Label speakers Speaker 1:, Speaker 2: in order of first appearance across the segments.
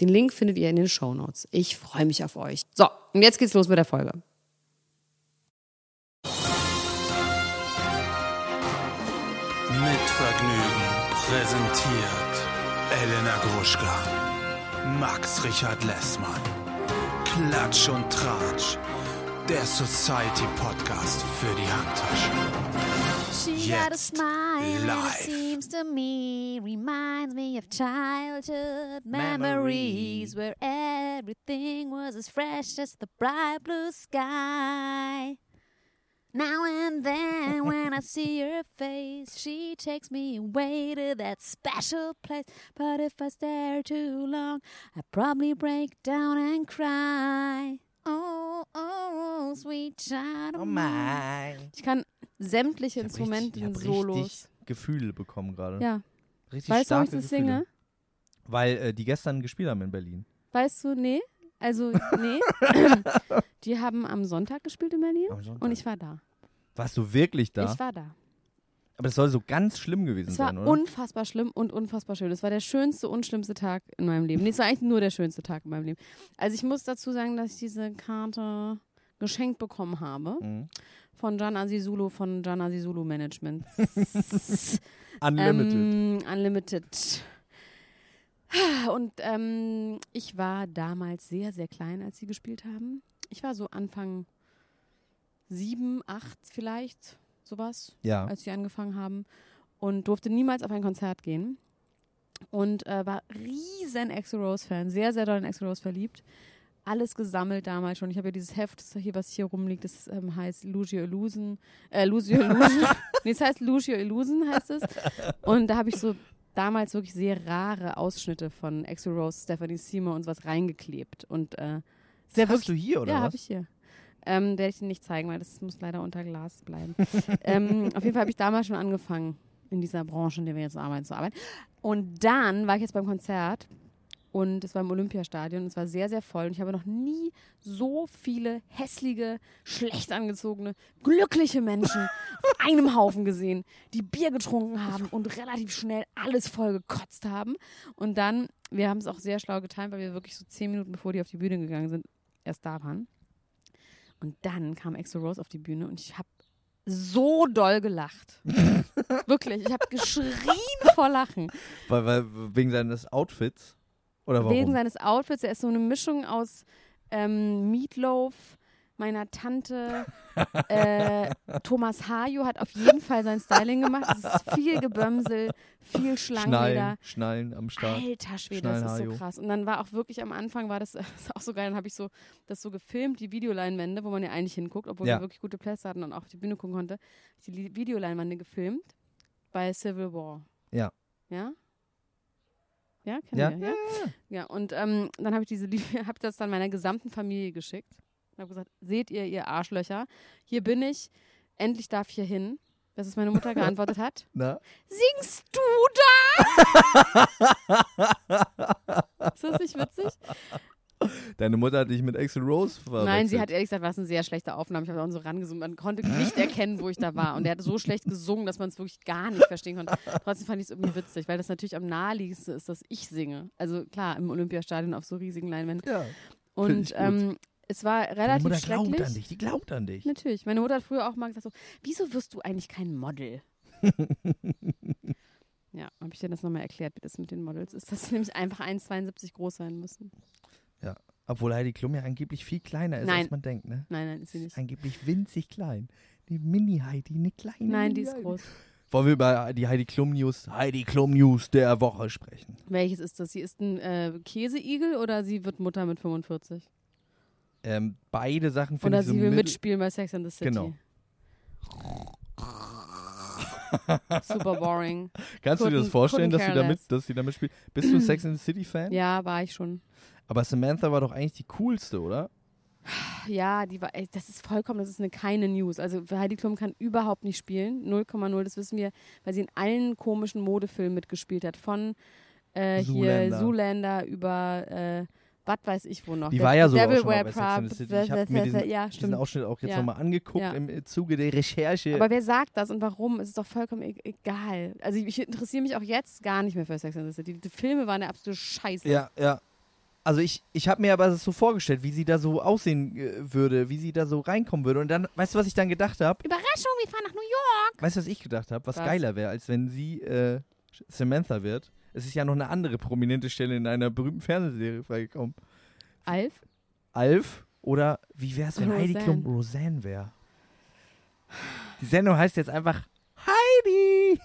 Speaker 1: Den Link findet ihr in den Shownotes. Ich freue mich auf euch. So, und jetzt geht's los mit der Folge.
Speaker 2: Mit Vergnügen präsentiert Elena Gruschka, Max Richard Lessmann, Klatsch und Tratsch, der Society Podcast für die Handtasche.
Speaker 3: She got a
Speaker 2: Jetzt
Speaker 3: smile and
Speaker 2: live.
Speaker 3: it seems to me reminds me of childhood memories where everything was as fresh as the bright blue sky. Now and then when I see her face, she takes me away to that special place. But if I stare too long, I probably break down and cry. Oh, oh, sweet child of mine.
Speaker 4: mein.
Speaker 1: Ich kann sämtliche
Speaker 4: Ich hab richtig, ich
Speaker 1: Instrumenten,
Speaker 4: hab
Speaker 1: Solos.
Speaker 4: richtig Gefühle bekommen gerade.
Speaker 1: Ja.
Speaker 4: Richtig
Speaker 1: Weißt du, warum
Speaker 4: starke
Speaker 1: ich das ne?
Speaker 4: Gefühle.
Speaker 1: singe?
Speaker 4: Weil äh, die gestern gespielt haben in Berlin.
Speaker 1: Weißt du, nee. Also, nee. die haben am Sonntag gespielt in Berlin
Speaker 4: Am Sonntag.
Speaker 1: und ich war da.
Speaker 4: Warst du wirklich da?
Speaker 1: Ich war da.
Speaker 4: Aber das soll so ganz schlimm gewesen
Speaker 1: Es war
Speaker 4: sein, oder?
Speaker 1: unfassbar schlimm und unfassbar schön. Es war der schönste und schlimmste Tag in meinem Leben. Nee, es war eigentlich nur der schönste Tag in meinem Leben. Also ich muss dazu sagen, dass ich diese Karte geschenkt bekommen habe
Speaker 4: Mhm.
Speaker 1: von Gian Azizulu, von Gian Azizulu Management.
Speaker 4: Unlimited.
Speaker 1: Ähm, Unlimited. Und ähm, ich war damals sehr, sehr klein, als sie gespielt haben. Ich war so Anfang sieben, acht vielleicht, sowas
Speaker 4: ja.
Speaker 1: als sie angefangen haben und durfte niemals auf ein Konzert gehen und äh, war riesen Axl Rose Fan, sehr sehr doll in Axl Rose verliebt. Alles gesammelt damals schon. Ich habe ja dieses Heft das hier, was hier rumliegt, das ähm, heißt Lucio Illusion. Äh, Lucio Illusion. nee, es heißt Lucio Illusion heißt es. Und da habe ich so damals wirklich sehr rare Ausschnitte von Axl Rose, Stephanie Seymour und sowas reingeklebt. Und äh, sehr
Speaker 4: das hast du hier, oder
Speaker 1: ja,
Speaker 4: was?
Speaker 1: habe ich hier. Ähm, werde ich dir nicht zeigen, weil das muss leider unter Glas bleiben. ähm, auf jeden Fall habe ich damals schon angefangen, in dieser Branche, in der wir jetzt arbeiten, zu arbeiten. Und dann war ich jetzt beim Konzert und es war im Olympiastadion und es war sehr, sehr voll. Und ich habe noch nie so viele hässliche, schlecht angezogene, glückliche Menschen auf einem Haufen gesehen, die Bier getrunken haben und relativ schnell alles voll gekotzt haben. Und dann, wir haben es auch sehr schlau getan, weil wir wirklich so zehn Minuten bevor die auf die Bühne gegangen sind, erst da waren. Und dann kam Exo Rose auf die Bühne und ich habe so doll gelacht. Wirklich, ich habe geschrien vor Lachen.
Speaker 4: Weil, weil, wegen seines Outfits? Oder warum?
Speaker 1: Wegen seines Outfits. Er ist so eine Mischung aus ähm, Meatloaf, meiner Tante. äh, Thomas Hajo hat auf jeden Fall sein Styling gemacht. Es ist viel Gebömsel, viel Schlangenleder.
Speaker 4: Schnallen, Schnallen am Start.
Speaker 1: Alter Schwede, das ist so
Speaker 4: Schnallenhajo.
Speaker 1: krass. Und dann war auch wirklich am Anfang, war das, das ist auch so geil, dann habe ich so das so gefilmt, die Videoleinwände, wo man ja eigentlich hinguckt, obwohl
Speaker 4: Ja.
Speaker 1: wir wirklich gute Plätze hatten und auch auf die Bühne gucken konnte. Hab ich Die Li- Videoleinwände gefilmt bei Civil War.
Speaker 4: Ja.
Speaker 1: Ja? Ja, kennen
Speaker 4: Ja,
Speaker 1: wir, ja? Ja, und ähm, dann habe ich diese Liebe, habe das dann meiner gesamten Familie geschickt. Ich habe gesagt, seht ihr, ihr Arschlöcher, hier bin ich, endlich darf ich hier hin. Dass es meine Mutter geantwortet hat.
Speaker 4: Na?
Speaker 1: Singst du da? Ist das nicht witzig?
Speaker 4: Deine Mutter hat dich mit Axel Rose verwechselt.
Speaker 1: Nein, sie hat ehrlich gesagt, war es eine sehr schlechte Aufnahme. Ich habe auch so rangezoomt. Man konnte nicht erkennen, wo ich da war. Und er hat so schlecht gesungen, dass man es wirklich gar nicht verstehen konnte. Trotzdem fand ich es irgendwie witzig, weil das natürlich am naheliegendsten ist, dass ich singe. Also klar, im Olympiastadion auf so riesigen Leinwänden.
Speaker 4: Ja.
Speaker 1: Und
Speaker 4: ich gut.
Speaker 1: ähm, es war
Speaker 4: Deine
Speaker 1: relativ
Speaker 4: Mutter glaubt an
Speaker 1: schrecklich. Ne-
Speaker 4: dich. Die glaubt an dich.
Speaker 1: Natürlich. Meine Mutter hat früher auch mal gesagt so, wieso wirst du eigentlich kein Model? ja, habe ich dir das nochmal erklärt, wie das mit den Models ist, dass sie nämlich einfach 1,72 groß sein müssen.
Speaker 4: Obwohl Heidi Klum ja angeblich viel kleiner ist,
Speaker 1: Nein.
Speaker 4: als man denkt, ne?
Speaker 1: Nein, nein, ist sie nicht.
Speaker 4: Angeblich winzig klein. Die Mini-Heidi, eine kleine
Speaker 1: Nein, die ist
Speaker 4: Mini-Heidi.
Speaker 1: groß.
Speaker 4: Wollen wir über die Heidi Klum News, Heidi Klum News der Woche sprechen?
Speaker 1: Welches ist das? Sie ist ein äh, Käseigel oder sie wird Mutter mit 45?
Speaker 4: Ähm, beide Sachen finde
Speaker 1: Oder
Speaker 4: ich so
Speaker 1: sie will
Speaker 4: mittel-
Speaker 1: mitspielen bei Sex and the City.
Speaker 4: Genau.
Speaker 1: Super boring.
Speaker 4: Kannst du dir das
Speaker 1: Couldn't-
Speaker 4: vorstellen,
Speaker 1: couldn't
Speaker 4: dass sie,
Speaker 1: care
Speaker 4: damit,
Speaker 1: less.
Speaker 4: dass sie damit spielt? Bist du Sex in the City Fan?
Speaker 1: Ja, war ich schon.
Speaker 4: Aber Samantha war doch eigentlich die coolste, oder?
Speaker 1: Ja, die war, ey, das ist vollkommen, das ist eine keine News. Also Heidi Klum kann überhaupt nicht spielen, 0,0, das wissen wir, weil sie in allen komischen Modefilmen mitgespielt hat, von äh, hier
Speaker 4: Zoolander.
Speaker 1: Zoolander über äh, was weiß ich wo noch.
Speaker 4: Die
Speaker 1: Der
Speaker 4: war ja so
Speaker 1: Devil
Speaker 4: auch schon mal
Speaker 1: Wear
Speaker 4: bei Sex in
Speaker 1: Proud-
Speaker 4: the City. Ich habe mir diesen,
Speaker 1: ja,
Speaker 4: diesen
Speaker 1: stimmt.
Speaker 4: Ausschnitt auch jetzt
Speaker 1: Ja.
Speaker 4: nochmal angeguckt
Speaker 1: Ja.
Speaker 4: im Zuge der Recherche.
Speaker 1: Aber wer sagt das und warum? Es ist doch vollkommen e- egal. Also ich, ich interessiere mich auch jetzt gar nicht mehr für Sex and the City. Die, die Filme waren eine absolute Scheiße.
Speaker 4: ja, ja. Also ich, ich habe mir aber das so vorgestellt, wie sie da so aussehen äh, würde, wie sie da so reinkommen würde. Und dann, weißt du, was ich dann gedacht habe?
Speaker 1: Überraschung, wir fahren nach New York.
Speaker 4: Weißt du, was ich gedacht habe? Was,
Speaker 1: Was?
Speaker 4: geiler wäre, als wenn sie äh, Samantha wird. Es ist ja noch eine andere prominente Stelle in einer berühmten Fernsehserie freigekommen.
Speaker 1: Alf?
Speaker 4: Alf oder wie wär's, wenn Heidi Klum
Speaker 1: Roseanne.
Speaker 4: Roseanne wäre? Die Sendung heißt jetzt einfach Heidi.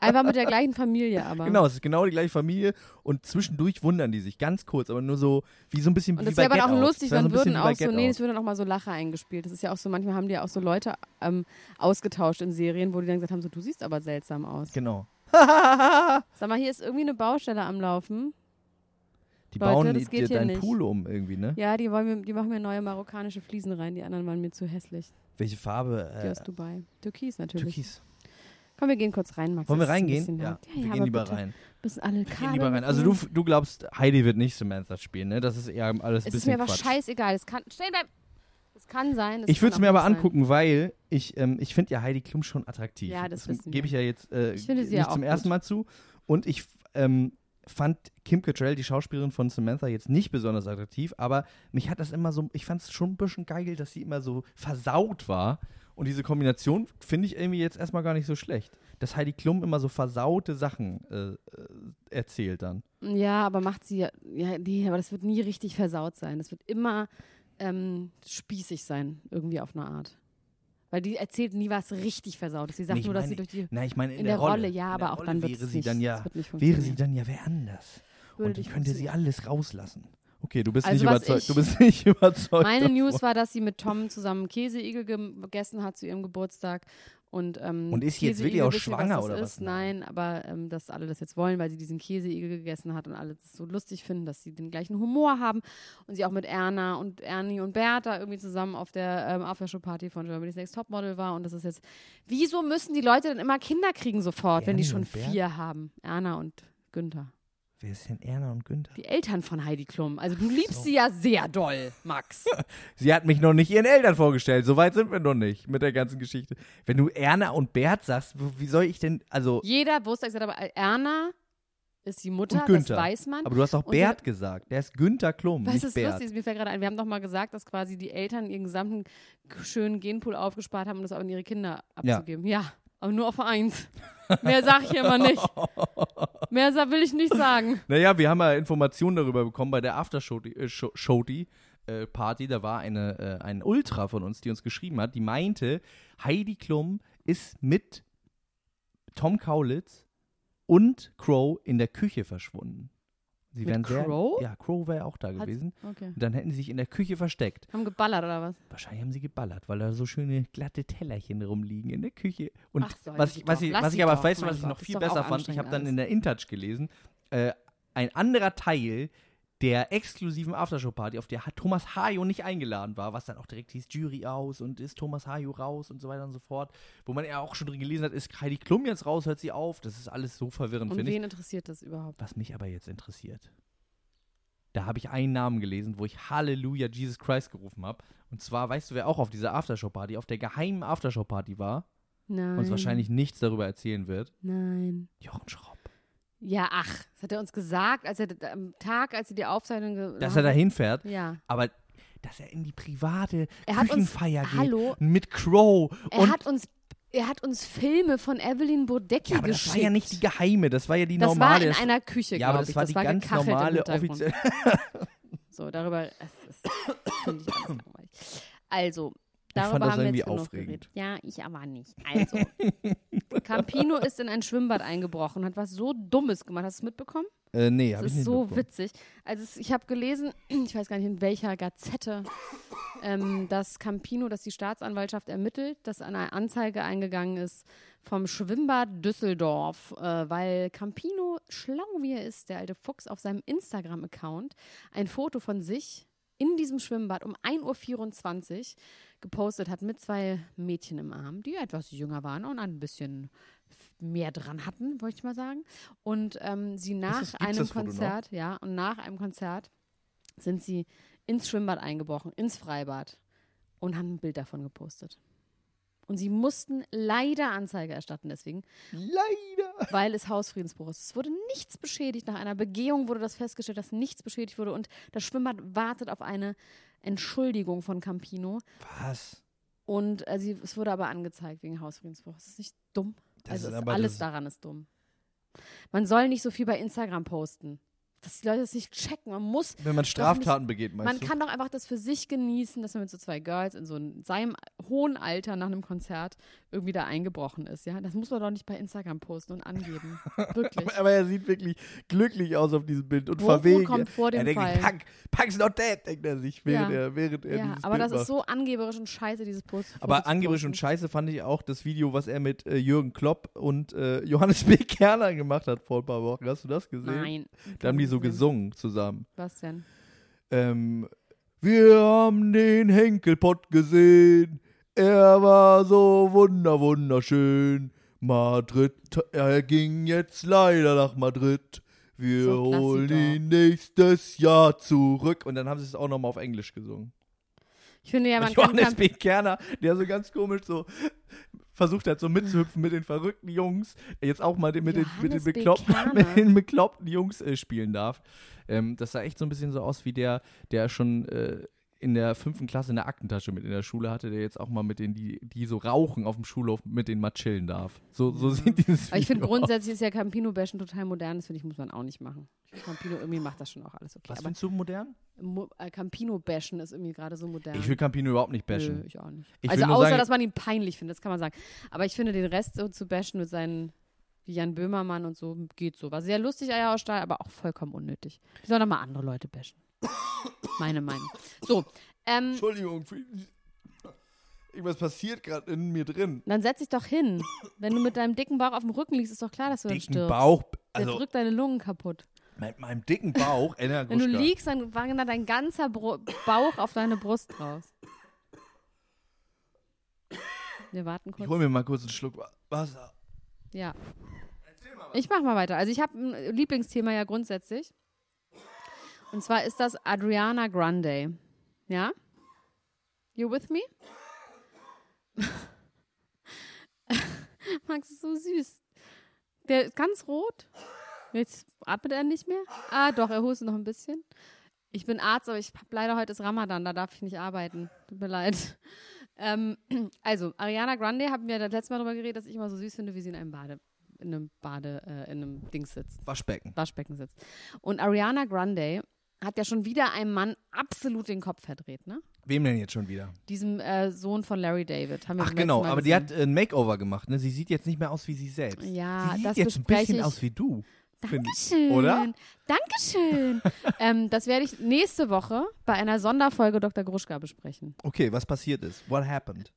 Speaker 1: Einfach mit der gleichen Familie aber.
Speaker 4: genau, es ist genau die gleiche Familie und zwischendurch wundern die sich ganz kurz, aber nur so wie so ein bisschen
Speaker 1: Und
Speaker 4: wie
Speaker 1: das
Speaker 4: bei
Speaker 1: wäre aber
Speaker 4: Get
Speaker 1: auch
Speaker 4: Out.
Speaker 1: lustig,
Speaker 4: Das wär
Speaker 1: dann
Speaker 4: so ein bisschen
Speaker 1: würden
Speaker 4: wie bei
Speaker 1: auch so,
Speaker 4: Get
Speaker 1: nee,
Speaker 4: Out.
Speaker 1: es würden auch mal so Lacher eingespielt. Das ist ja auch so, manchmal haben die ja auch so Leute ähm, ausgetauscht in Serien, wo die dann gesagt haben, so, du siehst aber seltsam aus.
Speaker 4: Genau.
Speaker 1: Sag mal, hier ist irgendwie eine Baustelle am Laufen.
Speaker 4: Die
Speaker 1: Leute,
Speaker 4: bauen
Speaker 1: das
Speaker 4: die-
Speaker 1: geht
Speaker 4: dir
Speaker 1: hier
Speaker 4: deinen
Speaker 1: nicht.
Speaker 4: Pool um irgendwie, ne?
Speaker 1: Ja, die, wollen mir, die machen mir neue marokkanische Fliesen rein, die anderen waren mir zu hässlich.
Speaker 4: Welche Farbe?
Speaker 1: Die
Speaker 4: Äh,
Speaker 1: aus Dubai. Türkis natürlich.
Speaker 4: Türkis.
Speaker 1: Komm, wir gehen kurz rein, Max.
Speaker 4: Wollen wir
Speaker 1: Es ist ein
Speaker 4: reingehen?
Speaker 1: bisschen laut.
Speaker 4: wir
Speaker 1: ja,
Speaker 4: gehen
Speaker 1: aber
Speaker 4: lieber
Speaker 1: bitte.
Speaker 4: rein.
Speaker 1: Müssen alle
Speaker 4: Wir gehen
Speaker 1: Kabel
Speaker 4: lieber rein. Also du,
Speaker 1: mitnehmen.
Speaker 4: du glaubst, Heidi wird nicht Samantha spielen, ne? Das ist eher alles ein
Speaker 1: Es
Speaker 4: bisschen
Speaker 1: ist mir aber
Speaker 4: Quatsch.
Speaker 1: scheißegal. Es kann, stehen bleiben. Es kann sein. Es
Speaker 4: Ich
Speaker 1: kann
Speaker 4: würde es
Speaker 1: auch
Speaker 4: mir aber
Speaker 1: nicht sein.
Speaker 4: angucken, weil ich, ähm, ich finde ja Heidi Klum schon attraktiv.
Speaker 1: Ja, das
Speaker 4: das
Speaker 1: wissen
Speaker 4: gebe ich ja jetzt äh,
Speaker 1: Ich finde sie
Speaker 4: nicht
Speaker 1: ja auch
Speaker 4: zum ersten
Speaker 1: gut.
Speaker 4: Mal zu. Und ich ähm, fand Kim Cattrall, die Schauspielerin von Samantha, jetzt nicht besonders attraktiv, aber mich hat das immer so, ich fand es schon ein bisschen geil, dass sie immer so versaut war. Und diese Kombination finde ich irgendwie jetzt erstmal gar nicht so schlecht. Dass Heidi Klum immer so versaute Sachen äh, äh, erzählt dann.
Speaker 1: Ja, aber macht sie ja, ja, nee, aber das wird nie richtig versaut sein. Das wird immer ähm, spießig sein, irgendwie auf eine Art. Weil die erzählt nie was richtig Versautes. Sie sagt
Speaker 4: Nee, ich
Speaker 1: nur, dass
Speaker 4: meine-
Speaker 1: sie durch die.
Speaker 4: Nein, ich meine, in,
Speaker 1: In, der, Rolle, ja,
Speaker 4: In der
Speaker 1: aber auch
Speaker 4: Rolle
Speaker 1: dann wird
Speaker 4: wäre
Speaker 1: es
Speaker 4: sie
Speaker 1: nicht,
Speaker 4: dann ja
Speaker 1: das wird nicht
Speaker 4: wäre sie
Speaker 1: funktionieren.
Speaker 4: dann ja wer anders.
Speaker 1: Würde
Speaker 4: und ich
Speaker 1: nicht
Speaker 4: könnte sie
Speaker 1: funktionieren.
Speaker 4: alles rauslassen. Okay, du bist
Speaker 1: Also
Speaker 4: nicht
Speaker 1: was
Speaker 4: überzeugt.
Speaker 1: ich-
Speaker 4: du bist nicht überzeugt.
Speaker 1: Meine
Speaker 4: davon.
Speaker 1: News war, dass sie mit Tom zusammen Käseigel gegessen hat zu ihrem Geburtstag. Und, ähm,
Speaker 4: Und ist sie jetzt
Speaker 1: Käseigel,
Speaker 4: wirklich auch
Speaker 1: wisst ihr,
Speaker 4: schwanger
Speaker 1: was das
Speaker 4: oder
Speaker 1: ist?
Speaker 4: was?
Speaker 1: Nein, aber ähm, dass alle das jetzt wollen, weil sie diesen Käseigel gegessen hat und alle das so lustig finden, dass sie den gleichen Humor haben und sie auch mit Erna und Ernie und Bertha irgendwie zusammen auf der ähm, Aftershow-Party von Germany's Next Topmodel war und das ist jetzt, wieso müssen die Leute dann immer Kinder kriegen sofort, wenn die
Speaker 4: Ernie
Speaker 1: schon
Speaker 4: und Bert?
Speaker 1: vier haben? Erna und Günther.
Speaker 4: Wer ist denn Erna und Günther?
Speaker 1: Die Eltern von Heidi Klum. Also du liebst sie ja sehr doll, Max.
Speaker 4: Sie hat mich noch nicht ihren Eltern vorgestellt. So weit sind wir noch nicht mit der ganzen Geschichte. Wenn du Erna und Bert sagst, wo- wie soll ich denn also
Speaker 1: Jeder wusste, ich sagte aber, äh, Erna ist die Mutter,
Speaker 4: und
Speaker 1: das
Speaker 4: Günther.
Speaker 1: weiß man.
Speaker 4: Aber du hast auch
Speaker 1: Und
Speaker 4: Bert gesagt. Der ist Günther Klum,
Speaker 1: Was
Speaker 4: nicht
Speaker 1: ist
Speaker 4: Bert.
Speaker 1: lustig, ist, mir fällt gerade ein, wir haben doch mal gesagt, dass quasi die Eltern ihren gesamten k- schönen Genpool aufgespart haben, um das auch an ihre Kinder
Speaker 4: Ja.
Speaker 1: abzugeben. Ja, aber nur auf eins. Mehr sag ich immer nicht. Mehr sa- will ich nicht sagen.
Speaker 4: Naja, wir haben ja Informationen darüber bekommen bei der Aftershow-Party. Äh, Party, da war eine, äh, ein Ultra von uns, die uns geschrieben hat, die meinte, Heidi Klum ist mit Tom Kaulitz und Crow in der Küche verschwunden. Sie
Speaker 1: Mit
Speaker 4: wären
Speaker 1: Crow?
Speaker 4: Sehr, ja, Crow wäre auch da
Speaker 1: Hat-
Speaker 4: gewesen.
Speaker 1: Okay.
Speaker 4: Und dann hätten sie sich in der Küche versteckt.
Speaker 1: Haben geballert oder was?
Speaker 4: Wahrscheinlich haben sie geballert, weil da so schöne glatte Tellerchen rumliegen in der Küche. Und
Speaker 1: Ach, sollen
Speaker 4: was,
Speaker 1: sie
Speaker 4: ich, was,
Speaker 1: doch.
Speaker 4: ich,
Speaker 1: Lass
Speaker 4: was
Speaker 1: sie
Speaker 4: ich aber
Speaker 1: doch,
Speaker 4: weiß,
Speaker 1: mein
Speaker 4: was ich
Speaker 1: Gott,
Speaker 4: noch
Speaker 1: ist
Speaker 4: viel
Speaker 1: doch
Speaker 4: besser
Speaker 1: auch
Speaker 4: fand, ich habe dann
Speaker 1: anstrengend
Speaker 4: in der InTouch gelesen, äh, ein anderer Teil der exklusiven Aftershow-Party, auf der hat Thomas Hayo nicht eingeladen war, was dann auch direkt hieß Jury aus und ist Thomas Hayo raus und so weiter und so fort, wo man ja auch schon drin gelesen hat, ist Heidi Klum jetzt raus, hört sie auf, das ist alles so verwirrend,
Speaker 1: Und
Speaker 4: finde ich.
Speaker 1: wen interessiert das überhaupt?
Speaker 4: Was mich aber jetzt interessiert, da habe ich einen Namen gelesen, wo ich Halleluja Jesus Christ gerufen habe. Und zwar, weißt du, wer auch auf dieser Aftershow-Party, auf der geheimen Aftershow-Party war,
Speaker 1: Nein.
Speaker 4: uns wahrscheinlich nichts darüber erzählen wird?
Speaker 1: Nein.
Speaker 4: Jochen Schropp.
Speaker 1: Ja, ach, das hat er uns gesagt, als er d- am Tag, als sie die Aufzeichnung ge-
Speaker 4: Dass er da hinfährt,
Speaker 1: Ja.
Speaker 4: aber dass er in die private
Speaker 1: Er hat uns-
Speaker 4: Küchenfeier geht
Speaker 1: Hallo?
Speaker 4: mit Crow.
Speaker 1: Er
Speaker 4: und
Speaker 1: hat uns, er hat uns Filme von Evelyn Bodecki
Speaker 4: ja, aber das
Speaker 1: geschickt.
Speaker 4: war ja nicht die geheime, das war ja die
Speaker 1: das
Speaker 4: normale.
Speaker 1: war in einer Küche,
Speaker 4: ja, aber
Speaker 1: glaub
Speaker 4: das
Speaker 1: ich.
Speaker 4: war
Speaker 1: das
Speaker 4: die
Speaker 1: war
Speaker 4: ganz
Speaker 1: gekachelt im
Speaker 4: normale
Speaker 1: Hintergrund.
Speaker 4: offizielle.
Speaker 1: So, darüber, es ist, finde ich alles langweilig. Also,
Speaker 4: fand
Speaker 1: darüber
Speaker 4: das
Speaker 1: haben wir
Speaker 4: irgendwie
Speaker 1: jetzt genug
Speaker 4: aufregend.
Speaker 1: geredet. Ja, ich aber nicht. Also, Campino ist in ein Schwimmbad eingebrochen, hat was so Dummes gemacht. Hast du es mitbekommen?
Speaker 4: Äh, nee,
Speaker 1: Das
Speaker 4: habe ich
Speaker 1: ist
Speaker 4: nicht
Speaker 1: so
Speaker 4: mitbekommen.
Speaker 1: witzig. Also es, ich habe gelesen, ich weiß gar nicht in welcher Gazette, ähm, dass Campino, dass die Staatsanwaltschaft ermittelt, dass eine Anzeige eingegangen ist vom Schwimmbad Düsseldorf, äh, weil Campino, schlau wie er ist, der alte Fuchs, auf seinem Instagram-Account ein Foto von sich in diesem Schwimmbad um 1.24 Uhr gepostet hat mit zwei Mädchen im Arm, die etwas jünger waren und ein bisschen f- mehr dran hatten, wollte ich mal sagen. Und ähm, sie nach
Speaker 4: das- gibt's
Speaker 1: einem
Speaker 4: das Foto noch?
Speaker 1: Konzert, ja, und nach einem Konzert sind sie ins Schwimmbad eingebrochen, ins Freibad und haben ein Bild davon gepostet. Und sie mussten leider Anzeige erstatten deswegen,
Speaker 4: Leider.
Speaker 1: weil es Hausfriedensbruch ist. Es wurde nichts beschädigt. Nach einer Begehung wurde das festgestellt, dass nichts beschädigt wurde. Und das Schwimmbad wartet auf eine Entschuldigung von Campino.
Speaker 4: Was?
Speaker 1: Und äh, sie, es wurde aber angezeigt wegen Hausfriedensbruch. Ist das nicht dumm?
Speaker 4: Das
Speaker 1: also
Speaker 4: ist
Speaker 1: es-
Speaker 4: aber
Speaker 1: alles
Speaker 4: das-
Speaker 1: daran ist dumm. Man soll nicht so viel bei Instagram posten. Dass die Leute das nicht checken. Man muss
Speaker 4: Wenn man Straftaten begeht, meinst
Speaker 1: man
Speaker 4: du?
Speaker 1: kann doch einfach das für sich genießen, dass man mit so zwei Girls in so einem, seinem hohen Alter nach einem Konzert irgendwie da eingebrochen ist. Ja, das muss man doch nicht bei Instagram posten und angeben. Wirklich.
Speaker 4: Aber er sieht wirklich glücklich aus auf diesem Bild und
Speaker 1: Wohlmut
Speaker 4: verwegen.
Speaker 1: kommt vor dem
Speaker 4: er denkt,
Speaker 1: Fall.
Speaker 4: Punk, Punk's not dead, denkt er sich, während
Speaker 1: Ja.
Speaker 4: er, während er
Speaker 1: Ja,
Speaker 4: dieses
Speaker 1: aber
Speaker 4: Bild
Speaker 1: das
Speaker 4: macht.
Speaker 1: ist so angeberisch und scheiße, dieses Post.
Speaker 4: aber angeberisch und scheiße fand ich auch das Video, was er mit äh, Jürgen Klopp und äh, Johannes B. Kerner gemacht hat vor ein paar Wochen. Hast du das gesehen?
Speaker 1: Nein.
Speaker 4: Da haben die so gesungen zusammen.
Speaker 1: Was denn?
Speaker 4: Ähm, wir haben den Henkelpott gesehen. Er war so wunder wunderschön. Madrid, er ging jetzt leider nach Madrid. Wir
Speaker 1: So ein
Speaker 4: holen
Speaker 1: Klassiker.
Speaker 4: ihn nächstes Jahr zurück. Und dann haben sie es auch nochmal auf Englisch gesungen.
Speaker 1: Ich finde ja, man
Speaker 4: Und
Speaker 1: kann,
Speaker 4: Johannes
Speaker 1: kann
Speaker 4: B. Kerner, der so ganz komisch so versucht hat, so mitzuhüpfen mit den verrückten Jungs, jetzt auch mal den, mit, den, mit, den
Speaker 1: Johannes B.
Speaker 4: bekloppten,
Speaker 1: Kerner.
Speaker 4: mit den bekloppten Jungs äh, spielen darf. Ähm, das sah echt so ein bisschen so aus wie der, der schon äh, in der fünften Klasse eine Aktentasche mit in der Schule hatte, der jetzt auch mal mit denen, die, die so rauchen auf dem Schulhof, mit denen mal chillen darf. So, so sieht dieses
Speaker 1: Mhm. aber
Speaker 4: Video
Speaker 1: ich finde
Speaker 4: aus.
Speaker 1: grundsätzlich ist ja Campino-Bashen total modern. Das finde ich, muss man auch nicht machen. Ich finde, Campino irgendwie macht das schon auch alles okay.
Speaker 4: Was
Speaker 1: aber
Speaker 4: findest du modern?
Speaker 1: Mo- äh, Campino-Bashen ist irgendwie gerade so modern.
Speaker 4: Ich will Campino überhaupt nicht
Speaker 1: Nö,
Speaker 4: bashen.
Speaker 1: ich auch nicht.
Speaker 4: Ich
Speaker 1: also
Speaker 4: will nur
Speaker 1: außer,
Speaker 4: sagen-
Speaker 1: dass man ihn peinlich findet, das kann man sagen. Aber ich finde, den Rest so zu bashen mit seinen, wie Jan Böhmermann und so, geht so. War sehr lustig, Eier aus Stahl, aber auch vollkommen unnötig. Die sollen doch mal andere Leute bashen. Meine Meinung. So, ähm,
Speaker 4: Entschuldigung, für- irgendwas passiert gerade in mir drin.
Speaker 1: dann setz dich doch hin. Wenn du mit deinem dicken Bauch auf dem Rücken liegst, ist doch klar, dass du dann
Speaker 4: Dicken
Speaker 1: stirbst.
Speaker 4: Bauch,
Speaker 1: Der
Speaker 4: also
Speaker 1: drückt deine Lungen kaputt.
Speaker 4: Mit meinem dicken Bauch, Elena
Speaker 1: Wenn du
Speaker 4: Gruschka.
Speaker 1: liegst, dann wandert dann dein ganzer Bro Bauch auf deine Brust raus. Wir warten kurz.
Speaker 4: Ich hol mir mal kurz einen Schluck Wa- Wasser.
Speaker 1: Ja. Ich mach mal weiter. Also ich habe ein Lieblingsthema ja grundsätzlich. Und zwar ist das Adriana Grande. Ja? You with me? Max ist so süß. Der ist ganz rot. Jetzt atmet er nicht mehr. Ah, doch, er hustet noch ein bisschen. Ich bin Arzt, aber ich hab leider heute ist Ramadan, da darf ich nicht arbeiten. Tut mir leid. Ähm, also, Ariana Grande haben wir das letzte Mal darüber geredet, dass ich immer so süß finde, wie sie in einem Bade, in einem Bade, äh, in einem Ding sitzt.
Speaker 4: Waschbecken.
Speaker 1: Waschbecken sitzt. Und Ariana Grande hat ja schon wieder einem Mann absolut den Kopf verdreht, ne?
Speaker 4: Wem denn jetzt schon wieder?
Speaker 1: Diesem äh, Sohn von Larry David. Haben wir
Speaker 4: Ach
Speaker 1: beim letzten
Speaker 4: genau,
Speaker 1: Mal
Speaker 4: aber die
Speaker 1: gesehen.
Speaker 4: hat äh, ein Makeover gemacht. Ne? Sie sieht jetzt nicht mehr aus wie sie selbst.
Speaker 1: Ja,
Speaker 4: sie sieht
Speaker 1: das
Speaker 4: jetzt ein
Speaker 1: bespreche
Speaker 4: bisschen
Speaker 1: ich-
Speaker 4: aus wie du. find ich.
Speaker 1: Dankeschön.
Speaker 4: Oder?
Speaker 1: Dankeschön. ähm, das werde ich nächste Woche bei einer Sonderfolge Dr. Gruschka besprechen.
Speaker 4: Okay, was passiert ist? What happened?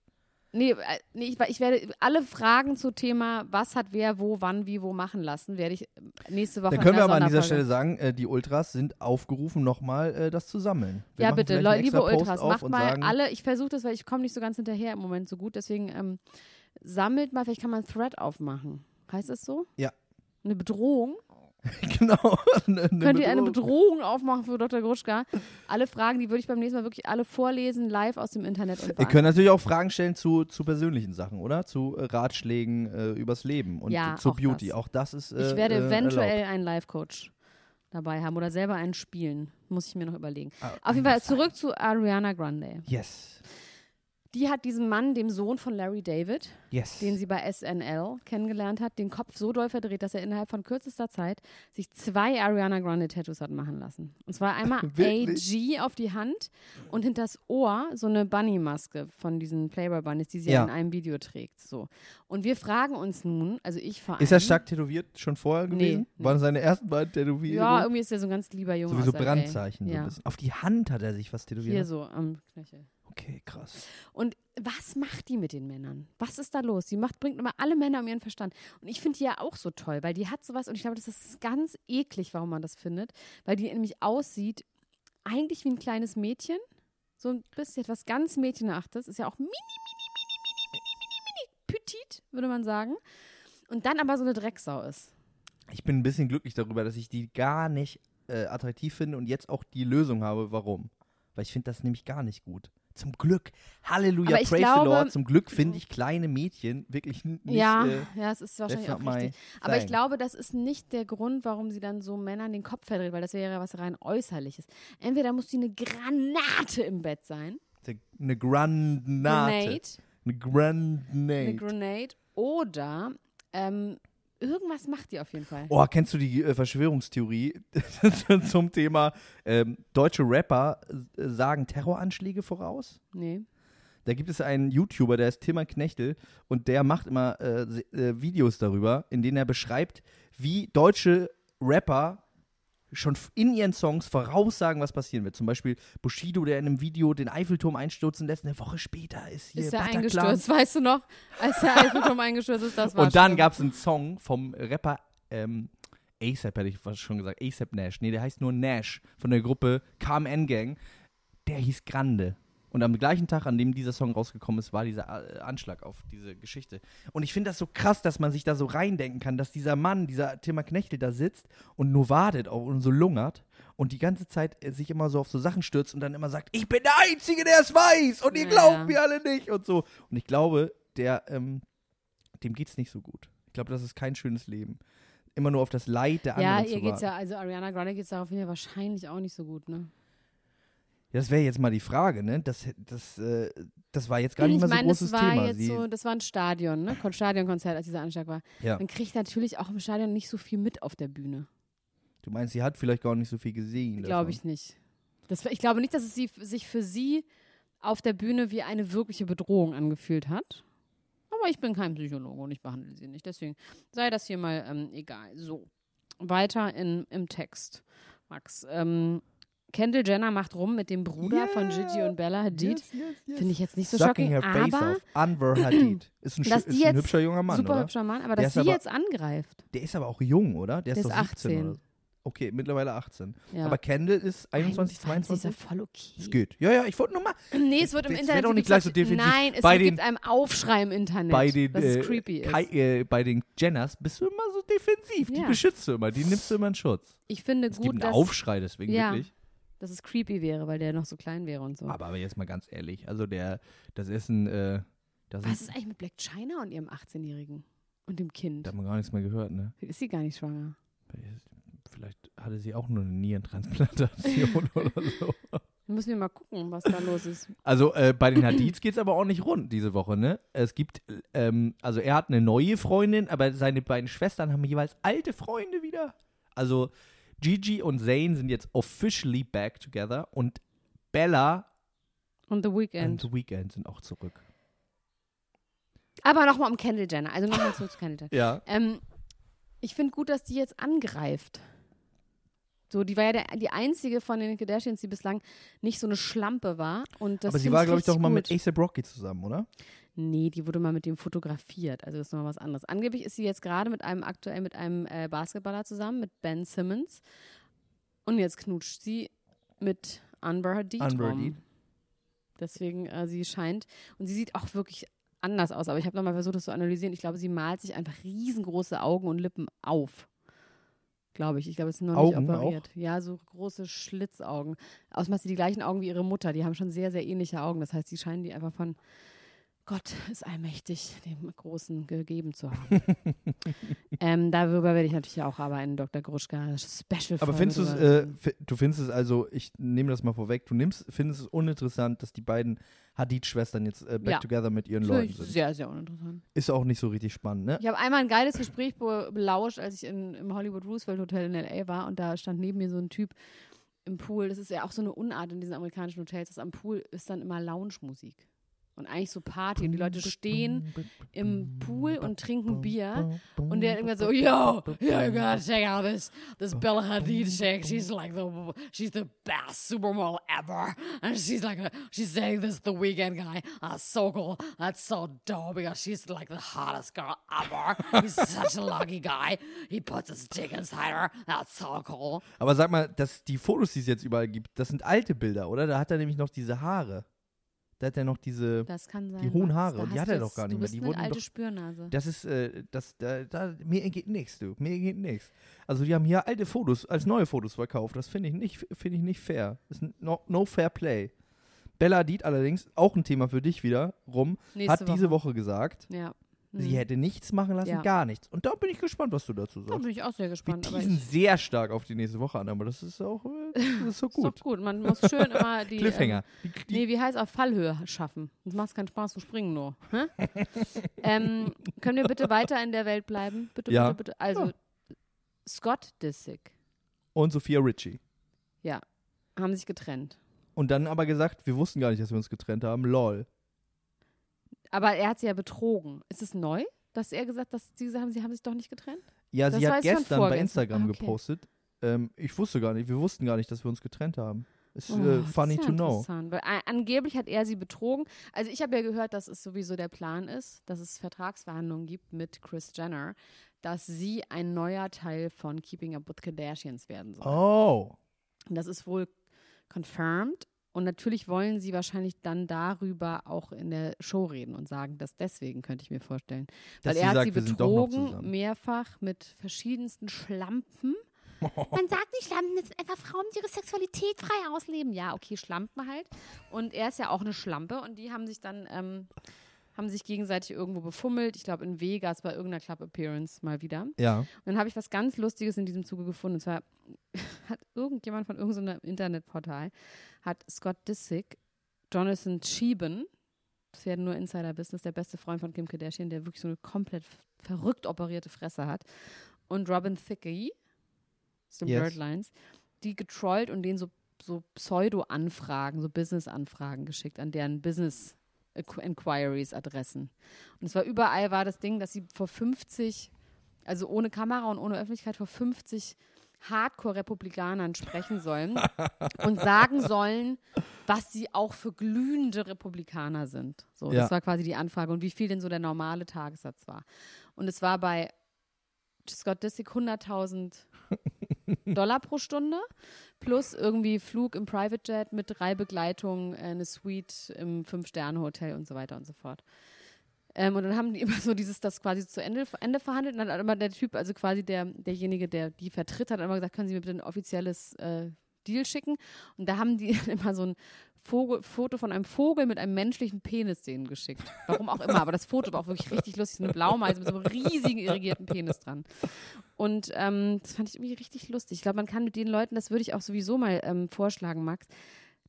Speaker 1: Nee, äh, nee ich, ich werde alle Fragen zu Thema, was hat wer, wo, wann, wie, wo machen lassen, werde ich äh, nächste Woche
Speaker 4: Dann können
Speaker 1: in
Speaker 4: wir
Speaker 1: der
Speaker 4: aber an dieser
Speaker 1: Sonderfolge-
Speaker 4: Stelle sagen, äh, die Ultras sind aufgerufen, nochmal äh, das zu sammeln. Wir
Speaker 1: ja,
Speaker 4: machen
Speaker 1: bitte,
Speaker 4: vielleicht
Speaker 1: Leu-
Speaker 4: einen
Speaker 1: liebe
Speaker 4: extra Post
Speaker 1: Ultras,
Speaker 4: auf
Speaker 1: macht
Speaker 4: und
Speaker 1: mal
Speaker 4: sagen,
Speaker 1: alle. Ich versuche das, weil ich komme nicht so ganz hinterher im Moment so gut. Deswegen ähm, sammelt mal, vielleicht kann man einen Thread aufmachen. Heißt das so?
Speaker 4: Ja.
Speaker 1: Eine Bedrohung?
Speaker 4: genau. eine- eine
Speaker 1: Könnt ihr eine
Speaker 4: Bedrohung.
Speaker 1: Bedrohung aufmachen für Dr. Gruschka? Alle Fragen, die würde ich beim nächsten Mal wirklich alle vorlesen, live aus dem Internet. Und
Speaker 4: Ihr könnt natürlich auch Fragen stellen zu, zu persönlichen Sachen, oder? Zu äh, Ratschlägen äh, übers Leben und
Speaker 1: Ja,
Speaker 4: zu
Speaker 1: auch
Speaker 4: Beauty.
Speaker 1: das.
Speaker 4: Auch das ist. Äh,
Speaker 1: ich werde
Speaker 4: äh,
Speaker 1: eventuell
Speaker 4: Erlaubt.
Speaker 1: einen Live-Coach dabei haben oder selber einen spielen. Muss ich mir noch überlegen.
Speaker 4: Ah,
Speaker 1: Auf jeden Fall zurück zu Ariana Grande.
Speaker 4: Yes.
Speaker 1: Die hat diesem Mann, dem Sohn von Larry David,
Speaker 4: Yes.
Speaker 1: den sie bei SNL kennengelernt hat, den Kopf so doll verdreht, dass er innerhalb von kürzester Zeit sich zwei Ariana Grande Tattoos hat machen lassen. Und zwar einmal AG
Speaker 4: Wirklich?
Speaker 1: auf die Hand und hinters Ohr so eine Bunny Maske von diesen Playboy Bunnies, die sie
Speaker 4: Ja.
Speaker 1: in einem Video trägt, so. Und wir fragen uns nun, also ich vor allem
Speaker 4: ist er stark tätowiert schon vorher
Speaker 1: Nee,
Speaker 4: gewesen?
Speaker 1: nee.
Speaker 4: Waren seine ersten beiden Tätowierungen?
Speaker 1: Ja, irgendwie ist er so ein ganz lieber Junge.
Speaker 4: Sowieso
Speaker 1: aus LA.
Speaker 4: Brandzeichen. So ein
Speaker 1: Ja.
Speaker 4: bisschen. Auf die Hand hat er sich was tätowiert.
Speaker 1: Hier so am Knöchel.
Speaker 4: Okay, krass.
Speaker 1: Und was macht die mit den Männern? Was ist da los? Die macht, bringt immer alle Männer um ihren Verstand. Und ich finde die ja auch so toll, weil die hat sowas und ich glaube, das ist ganz eklig, warum man das findet, weil die nämlich aussieht eigentlich wie ein kleines Mädchen. So ein bisschen etwas ganz Mädchenachtes. Ist ja auch mini, mini, mini, mini, mini, mini, mini petit, würde man sagen. Und dann aber so eine Drecksau ist.
Speaker 4: Ich bin ein bisschen glücklich darüber, dass ich die gar nicht äh, attraktiv finde und jetzt auch die Lösung habe, warum. Weil ich finde das nämlich gar nicht gut. Zum Glück. Halleluja,
Speaker 1: Aber ich
Speaker 4: praise the
Speaker 1: glaube- Oh.
Speaker 4: Lord. Zum Glück finde ich kleine Mädchen wirklich n- nicht.
Speaker 1: ja,
Speaker 4: Äh,
Speaker 1: ja, es ist wahrscheinlich
Speaker 4: that's
Speaker 1: auch
Speaker 4: not my
Speaker 1: richtig. Aber ich
Speaker 4: thing.
Speaker 1: glaube, das ist nicht der Grund, warum sie dann so Männern den Kopf verdreht, weil das wäre ja was rein äußerliches. Entweder muss sie eine Granate im Bett sein,
Speaker 4: eine Granate.
Speaker 1: Grenade,
Speaker 4: Eine
Speaker 1: eine
Speaker 4: Granate.
Speaker 1: Grenade, oder ähm, irgendwas macht die auf jeden Fall.
Speaker 4: Oh, kennst du die äh, Verschwörungstheorie zum Thema ähm, deutsche Rapper äh, sagen Terroranschläge voraus?
Speaker 1: Nee.
Speaker 4: Da gibt es einen YouTuber, der ist Timmer Knechtel und der macht immer äh, se- äh, Videos darüber, in denen er beschreibt, wie deutsche Rapper schon f- in ihren Songs voraussagen, was passieren wird. Zum Beispiel Bushido, der in einem Video den Eiffelturm einstürzen lässt, eine Woche später ist hier
Speaker 1: Ist er
Speaker 4: Bataclan.
Speaker 1: eingestürzt, weißt du noch? Als der Eiffelturm eingestürzt ist, das war
Speaker 4: Und dann
Speaker 1: schlimm.
Speaker 4: gab es einen Song vom Rapper ähm, ASAP, hätte ich fast schon gesagt, ASAP Nash. Nee, der heißt nur Nash von der Gruppe KMN Gang. Der hieß Grande. Und am gleichen Tag, an dem dieser Song rausgekommen ist, war dieser äh, Anschlag auf diese Geschichte. Und ich finde das so krass, dass man sich da so reindenken kann, dass dieser Mann, dieser Timmer Knechtel da sitzt und nur wartet auf und so lungert und die ganze Zeit äh, sich immer so auf so Sachen stürzt und dann immer sagt, ich bin der Einzige, der es weiß und ihr
Speaker 1: Ja.
Speaker 4: glaubt mir alle nicht und so. Und ich glaube, der, ähm, dem geht's nicht so gut. Ich glaube, das ist kein schönes Leben. Immer nur auf das Leid der
Speaker 1: Ja,
Speaker 4: anderen
Speaker 1: ihr
Speaker 4: zu
Speaker 1: geht's
Speaker 4: warten.
Speaker 1: ja, also Ariana Grande geht's daraufhin ja wahrscheinlich auch nicht so gut, ne?
Speaker 4: Ja, das wäre jetzt mal die Frage, ne? Das, das, äh, das war jetzt gar nicht
Speaker 1: ich
Speaker 4: mal so ein
Speaker 1: meine,
Speaker 4: großes
Speaker 1: das war
Speaker 4: Thema.
Speaker 1: jetzt
Speaker 4: Sie,
Speaker 1: so, das war ein Stadion, ne? Kon- Stadionkonzert, als dieser Anschlag war.
Speaker 4: ja.
Speaker 1: Man kriegt natürlich auch im Stadion nicht so viel mit auf der Bühne.
Speaker 4: Du meinst, sie hat vielleicht gar nicht so viel gesehen.
Speaker 1: Glaube
Speaker 4: davon.
Speaker 1: ich nicht. Das, ich glaube nicht, dass es sie, sich für sie auf der Bühne wie eine wirkliche Bedrohung angefühlt hat. Aber ich bin kein Psychologe und ich behandle sie nicht. Deswegen sei das hier mal ähm, egal. So, weiter in, im Text, Max. Ähm, Kendall Jenner macht rum mit dem Bruder
Speaker 4: Yeah.
Speaker 1: von Gigi und Bella Hadid.
Speaker 4: Yes, yes, yes.
Speaker 1: Finde ich jetzt nicht so shocking,
Speaker 4: Sucking her face
Speaker 1: aber
Speaker 4: off. Anwar Hadid. Ist ein, schö-
Speaker 1: dass
Speaker 4: ist
Speaker 1: die
Speaker 4: ein
Speaker 1: jetzt-
Speaker 4: hübscher junger Mann,
Speaker 1: super
Speaker 4: oder?
Speaker 1: hübscher Mann. Aber
Speaker 4: Der
Speaker 1: dass
Speaker 4: ist
Speaker 1: sie
Speaker 4: aber-
Speaker 1: jetzt angreift.
Speaker 4: Der ist aber auch jung, oder? Der ist
Speaker 1: Der
Speaker 4: doch
Speaker 1: ist
Speaker 4: 17 oder
Speaker 1: 18.
Speaker 4: so. Okay, mittlerweile 18.
Speaker 1: Ja.
Speaker 4: Aber Kendall ist
Speaker 1: 21
Speaker 4: 21,
Speaker 1: ist
Speaker 4: 22.
Speaker 1: ja voll okay.
Speaker 4: Es geht. Ja, ja, ich wollte nur mal.
Speaker 1: Nee, es wird im
Speaker 4: Es wird
Speaker 1: Internet.
Speaker 4: auch nicht
Speaker 1: gibt's
Speaker 4: gleich so
Speaker 1: natürlich-
Speaker 4: definitiv.
Speaker 1: Nein, es
Speaker 4: Bei
Speaker 1: gibt
Speaker 4: den-
Speaker 1: einen Aufschrei im Internet,
Speaker 4: bei den,
Speaker 1: dass es
Speaker 4: äh,
Speaker 1: creepy ist.
Speaker 4: Kai, äh, bei den Jenners bist du immer so defensiv. Die
Speaker 1: Ja.
Speaker 4: beschützt du immer, die nimmst du immer in Schutz.
Speaker 1: Ich finde
Speaker 4: Es
Speaker 1: gut,
Speaker 4: gibt einen
Speaker 1: dass,
Speaker 4: Aufschrei deswegen
Speaker 1: Ja.
Speaker 4: wirklich.
Speaker 1: dass es creepy wäre, weil der noch so klein wäre und so.
Speaker 4: Aber, aber jetzt mal ganz ehrlich, also der, das ist ein, äh, das
Speaker 1: Was
Speaker 4: ist,
Speaker 1: ist eigentlich mit Black China und ihrem 18-Jährigen und dem Kind?
Speaker 4: da hat man gar nichts mehr gehört, ne?
Speaker 1: Ist sie gar nicht schwanger?
Speaker 4: Vielleicht hatte sie auch nur eine Nierentransplantation oder so.
Speaker 1: Dann müssen wir mal gucken, was da los ist.
Speaker 4: Also äh, bei den Hadids geht es aber auch nicht rund diese Woche, ne? Es gibt, ähm, also er hat eine neue Freundin, aber seine beiden Schwestern haben jeweils alte Freunde wieder. Also Gigi und Zayn sind jetzt officially back together und Bella
Speaker 1: Und The
Speaker 4: und
Speaker 1: Weekend.
Speaker 4: The Weeknd sind auch zurück.
Speaker 1: Aber nochmal um Kendall Jenner. Also nochmal zurück zu Kendall Jenner.
Speaker 4: Ja.
Speaker 1: Ähm, ich finde gut, dass die jetzt angreift. So, die war ja der, die einzige von den Kardashians, die bislang nicht so eine Schlampe war. Und das
Speaker 4: aber sie
Speaker 1: find
Speaker 4: war,
Speaker 1: ich
Speaker 4: glaube ich, doch
Speaker 1: richtig
Speaker 4: mal
Speaker 1: gut.
Speaker 4: mit ASAP Rocky zusammen, oder?
Speaker 1: Nee, die wurde mal mit dem fotografiert. Also das ist nochmal was anderes. Angeblich ist sie jetzt gerade mit einem aktuell mit einem äh, Basketballer zusammen, mit Ben Simmons. Und jetzt knutscht sie mit Amber Hadid
Speaker 4: Amber
Speaker 1: rum.
Speaker 4: Hadid.
Speaker 1: Deswegen, äh, sie scheint, und sie sieht auch wirklich anders aus. Aber ich habe nochmal versucht, das zu analysieren. Ich glaube, sie malt sich einfach riesengroße Augen und Lippen auf. Glaube ich. Ich glaube, es sind noch
Speaker 4: Augen
Speaker 1: nicht
Speaker 4: auch?
Speaker 1: operiert. Ja, so große Schlitzaugen. Außerdem hat sie die gleichen Augen wie ihre Mutter. Die haben schon sehr, sehr ähnliche Augen. Das heißt, sie scheinen die einfach von Gott ist allmächtig, dem Großen gegeben zu haben. ähm, darüber werde ich natürlich auch aber in Dr. Gruschka Special
Speaker 4: Aber findest du es, äh, fi- du findest es also, ich nehme das mal vorweg, du nimmst, findest es uninteressant, dass die beiden Hadid-Schwestern jetzt äh, back
Speaker 1: Ja.
Speaker 4: together mit ihren
Speaker 1: Finde
Speaker 4: Leuten
Speaker 1: ich
Speaker 4: sind.
Speaker 1: sehr, sehr uninteressant.
Speaker 4: Ist auch nicht so richtig spannend, ne?
Speaker 1: Ich habe einmal ein geiles Gespräch be- belauscht, als ich in, im Hollywood Roosevelt Hotel in L.A. war und da stand neben mir so ein Typ im Pool. Das ist ja auch so eine Unart in diesen amerikanischen Hotels, dass am Pool ist dann immer Lounge-Musik. Und eigentlich so Party und die Leute stehen im Pool und trinken Bier und der irgendwann so, yo, yo, you gotta check out this, this Bella Hadid chick. She's like the, she's the best supermodel ever. And she's like, a, she's saying this the weekend guy. That's so cool. That's so dope because she's like the hottest girl ever. He's such a lucky guy. He puts his dick inside her. That's so cool.
Speaker 4: Aber sag mal, dass die Fotos, die es jetzt überall gibt, das sind alte Bilder, oder? Da hat er nämlich noch diese Haare. Da hat er noch diese.
Speaker 1: Das kann sein.
Speaker 4: Die hohen
Speaker 1: Max.
Speaker 4: Haare,
Speaker 1: Da
Speaker 4: und die
Speaker 1: hast
Speaker 4: hat
Speaker 1: du
Speaker 4: er doch
Speaker 1: jetzt-
Speaker 4: gar
Speaker 1: du
Speaker 4: nicht mehr.
Speaker 1: bist
Speaker 4: Die
Speaker 1: eine
Speaker 4: wurden
Speaker 1: alte
Speaker 4: doch-
Speaker 1: Spürnase.
Speaker 4: Das ist, äh, das, da, da, mir entgeht nichts, du. Mir entgeht nichts. Also die haben hier alte Fotos als neue Fotos verkauft. Das finde ich nicht, finde ich nicht fair. Ist no, no fair play. Bella Diet allerdings, auch ein Thema für dich wieder, rum,
Speaker 1: Nächste
Speaker 4: hat diese Woche gesagt,
Speaker 1: Ja.
Speaker 4: sie hätte nichts machen lassen,
Speaker 1: Ja.
Speaker 4: gar nichts. Und da bin ich gespannt, was du dazu
Speaker 1: Da
Speaker 4: sagst.
Speaker 1: bin ich auch sehr
Speaker 4: Wir
Speaker 1: gespannt. aber ich-
Speaker 4: teasen sehr stark auf die nächste Woche an, aber das ist auch äh, das ist so
Speaker 1: Ist
Speaker 4: gut.
Speaker 1: doch gut. Man muss schön immer die.
Speaker 4: Cliffhanger. Die,
Speaker 1: Ähm, nee, wie heißt auch Fallhöhe schaffen? Sonst macht keinen Spaß zu springen nur. Hä? ähm, können wir bitte weiter in der Welt bleiben? Bitte,
Speaker 4: Ja.
Speaker 1: bitte, bitte. Also, Scott Disick,
Speaker 4: und Sophia Ritchie.
Speaker 1: ja, haben sich getrennt.
Speaker 4: Und dann aber gesagt, wir wussten gar nicht, dass wir uns getrennt haben. Lol.
Speaker 1: Aber er hat sie ja betrogen. Ist es neu, dass er gesagt dass sie gesagt haben, sie haben sich doch nicht getrennt?
Speaker 4: Ja,
Speaker 1: Das
Speaker 4: sie hat
Speaker 1: weiß ich von
Speaker 4: gestern bei
Speaker 1: vorgestern.
Speaker 4: Instagram
Speaker 1: Ah, okay.
Speaker 4: gepostet. Ähm, ich wusste gar nicht, wir wussten gar nicht, dass wir uns getrennt haben. Ist
Speaker 1: Oh,
Speaker 4: äh,
Speaker 1: das
Speaker 4: funny
Speaker 1: ist ja
Speaker 4: to know.
Speaker 1: interessant, Weil, äh, angeblich hat er sie betrogen. Also ich habe ja gehört, dass es sowieso der Plan ist, dass es Vertragsverhandlungen gibt mit Chris Jenner, dass sie ein neuer Teil von Keeping Up with Kardashians werden soll.
Speaker 4: Oh.
Speaker 1: Und Das ist wohl confirmed. Und natürlich wollen sie wahrscheinlich dann darüber auch in der Show reden und sagen, das deswegen könnte ich mir vorstellen.
Speaker 4: Dass
Speaker 1: Weil
Speaker 4: sie
Speaker 1: er hat
Speaker 4: sagt,
Speaker 1: sie
Speaker 4: wir sind doch noch
Speaker 1: betrogen,
Speaker 4: zusammen.
Speaker 1: mehrfach mit verschiedensten Schlampen.
Speaker 3: Man sagt nicht Schlampen, das sind einfach Frauen, die ihre Sexualität frei ausleben.
Speaker 1: Ja, okay, Schlampen halt. Und er ist ja auch eine Schlampe und die haben sich dann, ähm, haben sich gegenseitig irgendwo befummelt. Ich glaube in Vegas bei irgendeiner Club-Appearance mal wieder. Und
Speaker 4: Ja.
Speaker 1: dann habe ich was ganz Lustiges in diesem Zuge gefunden. Und zwar hat irgendjemand von irgendeinem Internetportal, hat Scott Disick, Jonathan Cheban, das werden nur Insider-Business, der beste Freund von Kim Kardashian, der wirklich so eine komplett verrückt operierte Fresse hat, und Robin Thicke, aus den
Speaker 4: Yes.
Speaker 1: Birdlines, die getrollt und denen so, so Pseudo-Anfragen, so Business-Anfragen geschickt an deren Business Enquiries-Adressen. Und es war überall war das Ding, dass sie vor 50, also ohne Kamera und ohne Öffentlichkeit, vor 50 Hardcore-Republikanern sprechen sollen und sagen sollen, was sie auch für glühende Republikaner sind. So,
Speaker 4: Ja.
Speaker 1: das war quasi die Anfrage und wie viel denn so der normale Tagessatz war. Und es war bei Scott Disick 100.000 Dollar pro Stunde plus irgendwie Flug im Private Jet mit drei Begleitungen, äh, eine Suite im Fünf-Sterne-Hotel und so weiter und so fort. Ähm, und dann haben die immer so dieses, das quasi zu Ende, Ende verhandelt. Und dann hat immer der Typ, also quasi der, derjenige, der die vertritt, hat immer gesagt, können Sie mir bitte ein offizielles äh, Deal schicken? Und da haben die dann immer so ein Vogel, Foto von einem Vogel mit einem menschlichen Penis denen geschickt. Warum auch immer, aber das Foto war auch wirklich richtig lustig. So eine Blaumeise mit so einem riesigen irrigierten Penis dran. Und ähm, das fand ich irgendwie richtig lustig. Ich glaube, man kann mit den Leuten, das würde ich auch sowieso mal ähm, vorschlagen, Max.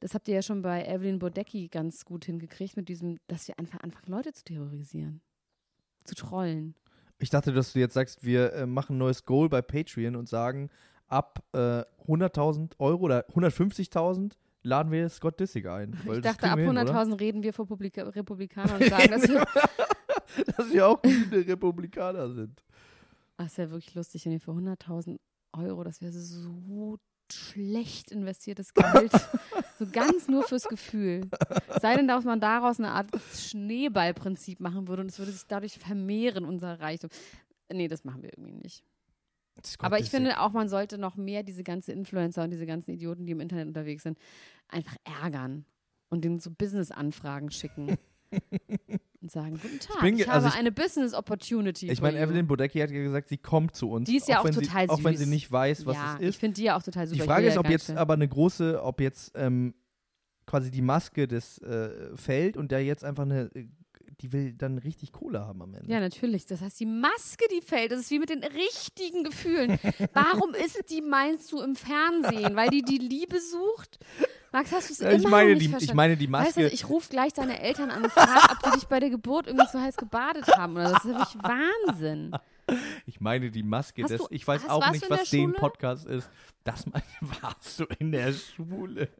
Speaker 1: Das habt ihr ja schon bei Evelyn Bodecki ganz gut hingekriegt, mit diesem, dass wir einfach anfangen, Leute zu terrorisieren. Zu trollen.
Speaker 4: Ich dachte, dass du jetzt sagst, wir äh, machen ein neues Goal bei Patreon und sagen, ab äh, 100.000 Euro oder 150.000 laden wir Scott Disick ein. Weil
Speaker 1: ich
Speaker 4: das
Speaker 1: dachte, ab
Speaker 4: kriegen wir hin, oder? Genau.
Speaker 1: 100.000 reden wir vor Publika Republikanern und sagen, dass wir.
Speaker 4: Dass wir auch gute Republikaner sind.
Speaker 1: Ach, ist ja Ah, wirklich lustig, wenn wir für 100.000 Euro, das wäre so schlecht investiertes Geld. so ganz nur fürs Gefühl. Sei denn, dass man daraus eine Art Schneeballprinzip machen würde und es würde sich dadurch vermehren, unser Reichtum. Nee, das machen wir irgendwie nicht.
Speaker 4: Scott
Speaker 1: Aber ich
Speaker 4: Disick.
Speaker 1: finde auch, man sollte noch mehr diese ganzen Influencer und diese ganzen Idioten, die im Internet unterwegs sind, einfach ärgern und denen so Business-Anfragen schicken. und sagen, guten Tag, ich,
Speaker 4: bin ge- also
Speaker 1: habe
Speaker 4: ich-
Speaker 1: eine Business-Opportunity
Speaker 4: Ich
Speaker 1: for
Speaker 4: meine,
Speaker 1: you."
Speaker 4: Evelyn Bodecki hat ja gesagt, sie kommt zu uns.
Speaker 1: Die ist ja auch
Speaker 4: wenn
Speaker 1: total
Speaker 4: sie, Auch wenn
Speaker 1: süß.
Speaker 4: sie nicht weiß, was
Speaker 1: ja,
Speaker 4: es ist.
Speaker 1: Ich finde die ja auch total super.
Speaker 4: Die
Speaker 1: Ich
Speaker 4: Frage
Speaker 1: will
Speaker 4: ist,
Speaker 1: Also ja
Speaker 4: ob
Speaker 1: gar
Speaker 4: jetzt
Speaker 1: nicht-
Speaker 4: aber eine große, ob jetzt ähm, quasi die Maske des äh, fällt und da jetzt einfach eine äh, die will dann richtig Kohle haben am Ende.
Speaker 1: Ja, natürlich. Das heißt, die Maske, die fällt, das ist wie mit den richtigen Gefühlen. Warum ist die, meinst du, im Fernsehen? Weil die die Liebe sucht? Max, hast du es
Speaker 4: Ja,
Speaker 1: immer
Speaker 4: ich meine
Speaker 1: noch nicht
Speaker 4: die- ich
Speaker 1: verstanden?
Speaker 4: meine die
Speaker 1: Weißt du,
Speaker 4: Maske-
Speaker 1: ich rufe gleich deine Eltern an und frage, ob die dich bei der Geburt irgendwie so heiß gebadet haben. Oder so. das ist wirklich Wahnsinn.
Speaker 4: Ich meine die Maske.
Speaker 1: Hast
Speaker 4: Das,
Speaker 1: du-
Speaker 4: ich weiß
Speaker 1: hast-
Speaker 4: auch
Speaker 1: warst
Speaker 4: nicht,
Speaker 1: du in
Speaker 4: was
Speaker 1: der
Speaker 4: den
Speaker 1: Schule?
Speaker 4: Podcast ist. Das me- warst du in der Schule.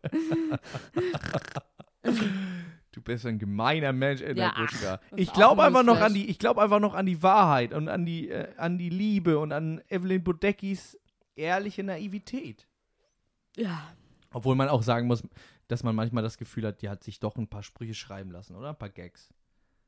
Speaker 4: du bist ein gemeiner Mensch, Elena
Speaker 1: Ja, ach,
Speaker 4: Gruschka.
Speaker 1: das ist
Speaker 4: Ich
Speaker 1: auch
Speaker 4: glaube
Speaker 1: ein
Speaker 4: einfach noch an
Speaker 1: Newsflash.
Speaker 4: die, ich glaube einfach noch an die Wahrheit und an die, äh, an die Liebe und an Evelyn Bodeckis ehrliche Naivität.
Speaker 1: Ja.
Speaker 4: Obwohl man auch sagen muss, dass man manchmal das Gefühl hat, die hat sich doch ein paar Sprüche schreiben lassen, oder? Ein paar Gags.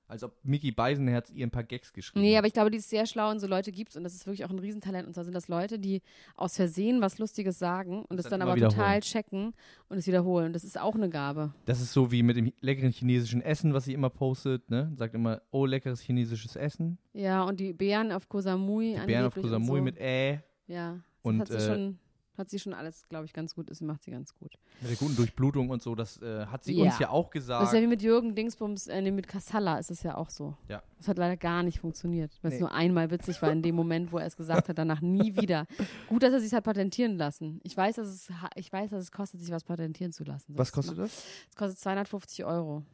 Speaker 4: Als ob Mickey Beisenherz ihr ein paar Gags geschrieben
Speaker 1: Nee,
Speaker 4: hat.
Speaker 1: aber ich glaube, die ist sehr schlau und so Leute gibt es und das ist wirklich auch ein Riesentalent. Und zwar sind das Leute, die aus Versehen was Lustiges sagen und
Speaker 4: Das
Speaker 1: das,
Speaker 4: dann
Speaker 1: dann
Speaker 4: immer
Speaker 1: aber
Speaker 4: wiederholen.
Speaker 1: total checken und es wiederholen. Und das ist auch eine Gabe.
Speaker 4: Das ist so wie mit dem leckeren chinesischen Essen, was sie immer postet, ne? Sagt immer, oh, leckeres chinesisches Essen.
Speaker 1: Ja, und die Bären auf Koh Samui.
Speaker 4: Die Bären
Speaker 1: angeblich
Speaker 4: auf
Speaker 1: und
Speaker 4: Kusamui
Speaker 1: so.
Speaker 4: mit äh,
Speaker 1: Ja,
Speaker 4: Und,
Speaker 1: und, hat, sie
Speaker 4: äh,
Speaker 1: schon, hat sie schon alles, glaube ich, ganz gut. Das macht sie ganz gut.
Speaker 4: mit der guten Durchblutung und so. Das äh, hat sie
Speaker 1: Ja.
Speaker 4: uns ja auch
Speaker 1: Das
Speaker 4: gesagt.
Speaker 1: ist ja wie mit Jürgen Dingsbums, äh, nee, mit Kassala ist es ja auch so.
Speaker 4: Ja.
Speaker 1: Das hat leider gar nicht funktioniert, weil
Speaker 4: Nee.
Speaker 1: es nur einmal witzig war in dem Moment, wo er es gesagt hat, danach nie wieder. Gut, dass er sich hat patentieren lassen. Ich weiß, dass es, ha- ich weiß, dass es kostet, sich was patentieren zu lassen.
Speaker 4: was kostet das?
Speaker 1: Es kostet 250 Euro.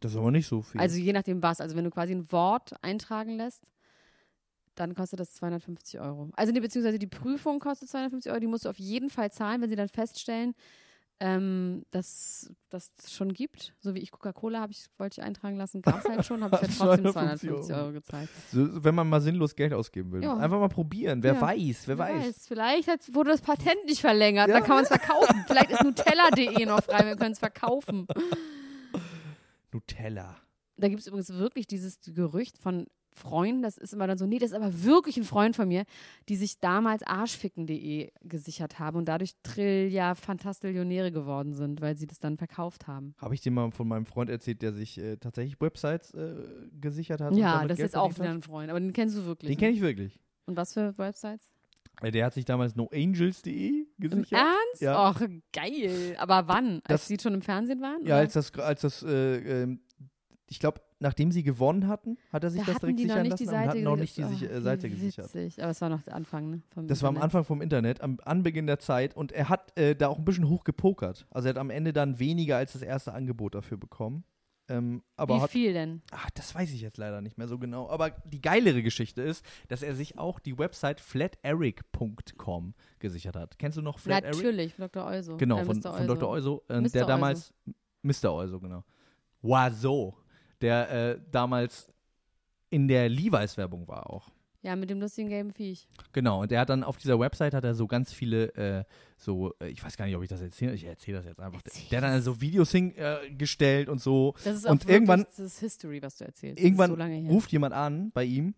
Speaker 4: Das ist aber nicht so viel.
Speaker 1: Also je nachdem was. Also wenn du quasi ein Wort eintragen lässt, dann kostet das 250 Euro. Also nee, beziehungsweise die Prüfung kostet 250 Euro. Die musst du auf jeden Fall zahlen, wenn sie dann feststellen, ähm, dass das schon gibt. So wie ich Coca-Cola habe ich wollte ich eintragen lassen, gab es halt schon, habe ich ja trotzdem
Speaker 4: 250
Speaker 1: 250
Speaker 4: Euro.
Speaker 1: Euro, gezahlt.
Speaker 4: so, wenn man mal sinnlos Geld ausgeben will.
Speaker 1: Ja.
Speaker 4: Einfach mal probieren. Wer
Speaker 1: Ja.
Speaker 4: weiß, wer, weiß.
Speaker 1: Vielleicht hat, wurde das Patent nicht verlängert. Dann kann man es verkaufen. Vielleicht ist Nutella.de noch frei. Wir können es verkaufen.
Speaker 4: Nutella.
Speaker 1: Da gibt es übrigens wirklich dieses Gerücht von Freunden, das ist immer dann so, nee, das ist aber wirklich ein Freund von mir, die sich damals arschficken.de gesichert haben und dadurch Trillja Fantastillionäre geworden sind, weil sie das dann verkauft haben.
Speaker 4: Habe ich dir mal von meinem Freund erzählt, der sich äh, tatsächlich Websites äh, gesichert hat? und
Speaker 1: ja,
Speaker 4: damit
Speaker 1: das ist
Speaker 4: Geld
Speaker 1: jetzt auch wieder
Speaker 4: verdient
Speaker 1: ein Freund, aber den kennst du
Speaker 4: hat?
Speaker 1: wirklich.
Speaker 4: Den kenne ich wirklich.
Speaker 1: ich. Und was für Websites?
Speaker 4: Äh, Der hat sich damals noangels.de
Speaker 1: Im
Speaker 4: gesichert.
Speaker 1: Ernst? Oh,
Speaker 4: Ja.
Speaker 1: Och, geil. Aber wann?
Speaker 4: Das-
Speaker 1: Als sie schon im Fernsehen waren? oder?
Speaker 4: Ja, als das, als das, äh, ähm, ich glaube, nachdem sie gewonnen hatten, hat er sich
Speaker 1: da
Speaker 4: das
Speaker 1: hatten
Speaker 4: direkt
Speaker 1: die noch
Speaker 4: sichern
Speaker 1: nicht die
Speaker 4: lassen und hat
Speaker 1: Seite
Speaker 4: noch nicht die
Speaker 1: gesichert.
Speaker 4: sich-
Speaker 1: Och,
Speaker 4: äh,
Speaker 1: wie
Speaker 4: Seite gesichert.
Speaker 1: Witzig. Aber es war noch der Anfang, ne? vom
Speaker 4: Das war am
Speaker 1: Internet.
Speaker 4: Anfang vom Internet, am Anbeginn der Zeit und er hat äh, da auch ein bisschen hoch gepokert. Also er hat am Ende dann weniger als das erste Angebot dafür bekommen. Ähm, aber
Speaker 1: Wie
Speaker 4: hat,
Speaker 1: viel denn?
Speaker 4: ach, Ah, das weiß ich jetzt leider nicht mehr so genau. Aber die geilere Geschichte ist, dass er sich auch die Website flateric.com gesichert hat. Kennst du noch Flat Eric?
Speaker 1: Natürlich, Dr. Euso.
Speaker 4: Genau,
Speaker 1: Äh,
Speaker 4: von,
Speaker 1: Mr.
Speaker 4: von Dr. Euso,
Speaker 1: Mr.
Speaker 4: äh, der
Speaker 1: Euso.
Speaker 4: damals, Mr. Euso, genau, Wazo, der äh, damals in der Levi's-Werbung war auch.
Speaker 1: Ja, mit dem lustigen gelben Viech.
Speaker 4: Genau, und der hat dann auf dieser Website hat er so ganz viele, äh, so, äh, ich weiß gar nicht, ob ich das erzähle, ich erzähle das jetzt einfach.
Speaker 1: Erzähl's.
Speaker 4: Der hat dann so Videos hingestellt und so.
Speaker 1: Das ist
Speaker 4: Und
Speaker 1: auch wirklich-
Speaker 4: irgendwann-
Speaker 1: das ist History, was du erzählst.
Speaker 4: Irgendwann
Speaker 1: das ist so lange her.
Speaker 4: ruft jemand an bei ihm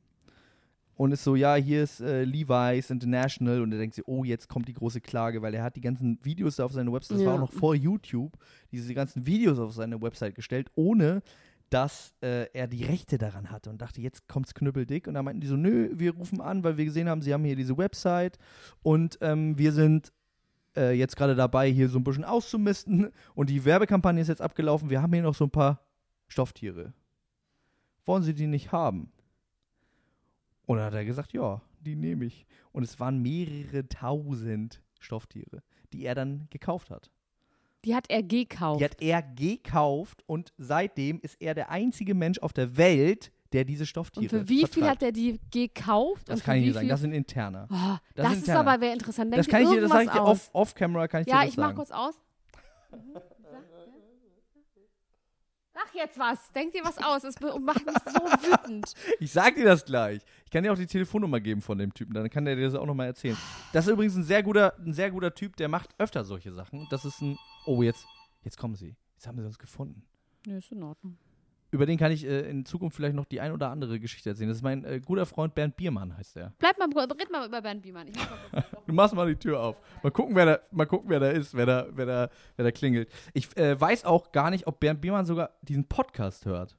Speaker 4: und ist so, ja, hier ist äh, Levi's International und er denkt sich, oh, jetzt kommt die große Klage, weil er hat die ganzen Videos da auf seine Website, das war
Speaker 1: Ja.
Speaker 4: auch noch vor YouTube, diese ganzen Videos auf seine Website gestellt, ohne dass äh, er die Rechte daran hatte und dachte, jetzt kommt's knüppeldick. Und dann meinten die so, nö, wir rufen an, weil wir gesehen haben, sie haben hier diese Website und ähm, wir sind äh, jetzt gerade dabei, hier so ein bisschen auszumisten und die Werbekampagne ist jetzt abgelaufen. Wir haben hier noch so ein paar Stofftiere. Wollen Sie die nicht haben? Und dann hat er gesagt, ja, die nehme ich. Und es waren mehrere tausend Stofftiere, die er dann gekauft hat.
Speaker 1: Die hat er gekauft.
Speaker 4: Die hat er gekauft und seitdem ist er der einzige Mensch auf der Welt, der diese Stofftiere
Speaker 1: und für wie viel
Speaker 4: vertreibt.
Speaker 1: hat er die gekauft?
Speaker 4: Das
Speaker 1: und
Speaker 4: kann
Speaker 1: für
Speaker 4: ich
Speaker 1: wie
Speaker 4: dir sagen,
Speaker 1: viel?
Speaker 4: das sind interne.
Speaker 1: oh,
Speaker 4: das
Speaker 1: das,
Speaker 4: sind
Speaker 1: ist
Speaker 4: Teller.
Speaker 1: aber sehr interessant. Denk
Speaker 4: das kann ich dir, das sage ich dir
Speaker 1: irgendwas
Speaker 4: off- off-camera, kann ich
Speaker 1: aus. Ja,
Speaker 4: dir das
Speaker 1: ich
Speaker 4: sagen.
Speaker 1: mach kurz aus. Sag jetzt was. Denk dir was aus. Das be- macht mich so wütend.
Speaker 4: Ich sag dir das gleich. Ich kann dir auch die Telefonnummer geben von dem Typen, dann kann der dir das auch nochmal erzählen. Das ist übrigens ein sehr guter, ein sehr guter Typ, der macht öfter solche Sachen. Das ist ein. Oh, jetzt, jetzt kommen sie. Jetzt haben sie uns gefunden.
Speaker 1: Nö, ist in Ordnung.
Speaker 4: Über den kann ich äh, in Zukunft vielleicht noch die ein oder andere Geschichte erzählen. Das ist mein äh, guter Freund Bernd Biermann, heißt er.
Speaker 1: Bleib mal, red mal über Bernd Biemann. Ich mach mal kurz.
Speaker 4: Du machst mal die Tür auf. Mal gucken, wer da, mal gucken, wer da ist, wer da, wer da, wer da klingelt. Ich äh, weiß auch gar nicht, ob Bernd Biermann sogar diesen Podcast hört.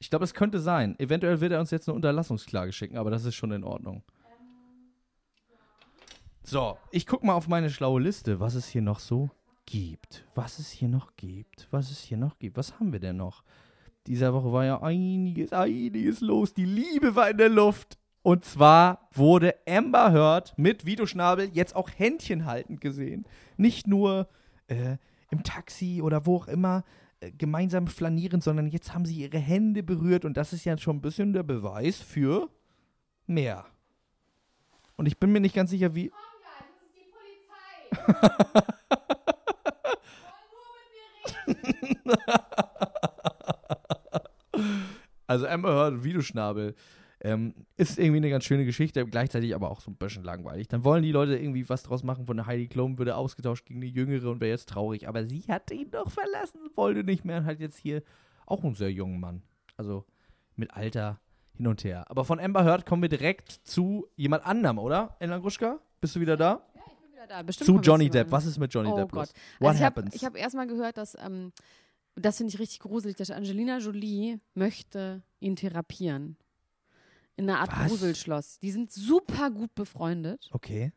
Speaker 4: Ich glaube, es könnte sein. Eventuell wird er uns jetzt eine Unterlassungsklage schicken, aber das ist schon in Ordnung. So, ich guck mal auf meine schlaue Liste, was es hier noch so gibt. Was es hier noch gibt. Was es hier noch gibt. Was haben wir denn noch? dieser Woche war ja einiges, einiges los. Die Liebe war in der Luft. Und zwar wurde Amber Heard mit Vito Schnabel jetzt auch Händchen haltend gesehen. Nicht nur äh, im Taxi oder wo auch immer äh, gemeinsam flanieren, sondern jetzt haben sie ihre Hände berührt und das ist ja schon ein bisschen der Beweis für mehr. Und ich bin mir nicht ganz sicher, wie. Also Amber Heard und Videoschnabel ähm, ist irgendwie eine ganz schöne Geschichte, gleichzeitig aber auch so ein bisschen langweilig. Dann wollen die Leute irgendwie was draus machen, von der Heidi Klum würde ausgetauscht gegen die Jüngere und wäre jetzt traurig. Aber sie hat ihn doch verlassen, wollte nicht mehr und hat jetzt hier auch einen sehr jungen Mann. Also mit Alter hin und her. Aber von Amber Heard kommen wir direkt zu jemand anderem, oder? Ella Gruschka, bist du wieder da?
Speaker 1: Ja, da, bestimmt
Speaker 4: zu
Speaker 1: kommen wir
Speaker 4: Johnny
Speaker 1: dran.
Speaker 4: Depp. Was ist mit Johnny
Speaker 1: oh
Speaker 4: Depp
Speaker 1: Gott.
Speaker 4: los? What
Speaker 1: also ich habe
Speaker 4: happens?
Speaker 1: hab erstmal gehört, dass, ähm, das finde ich richtig gruselig, dass Angelina Jolie möchte ihn therapieren. In einer Art
Speaker 4: Was?
Speaker 1: Gruselschloss. Die sind super gut befreundet.
Speaker 4: okay.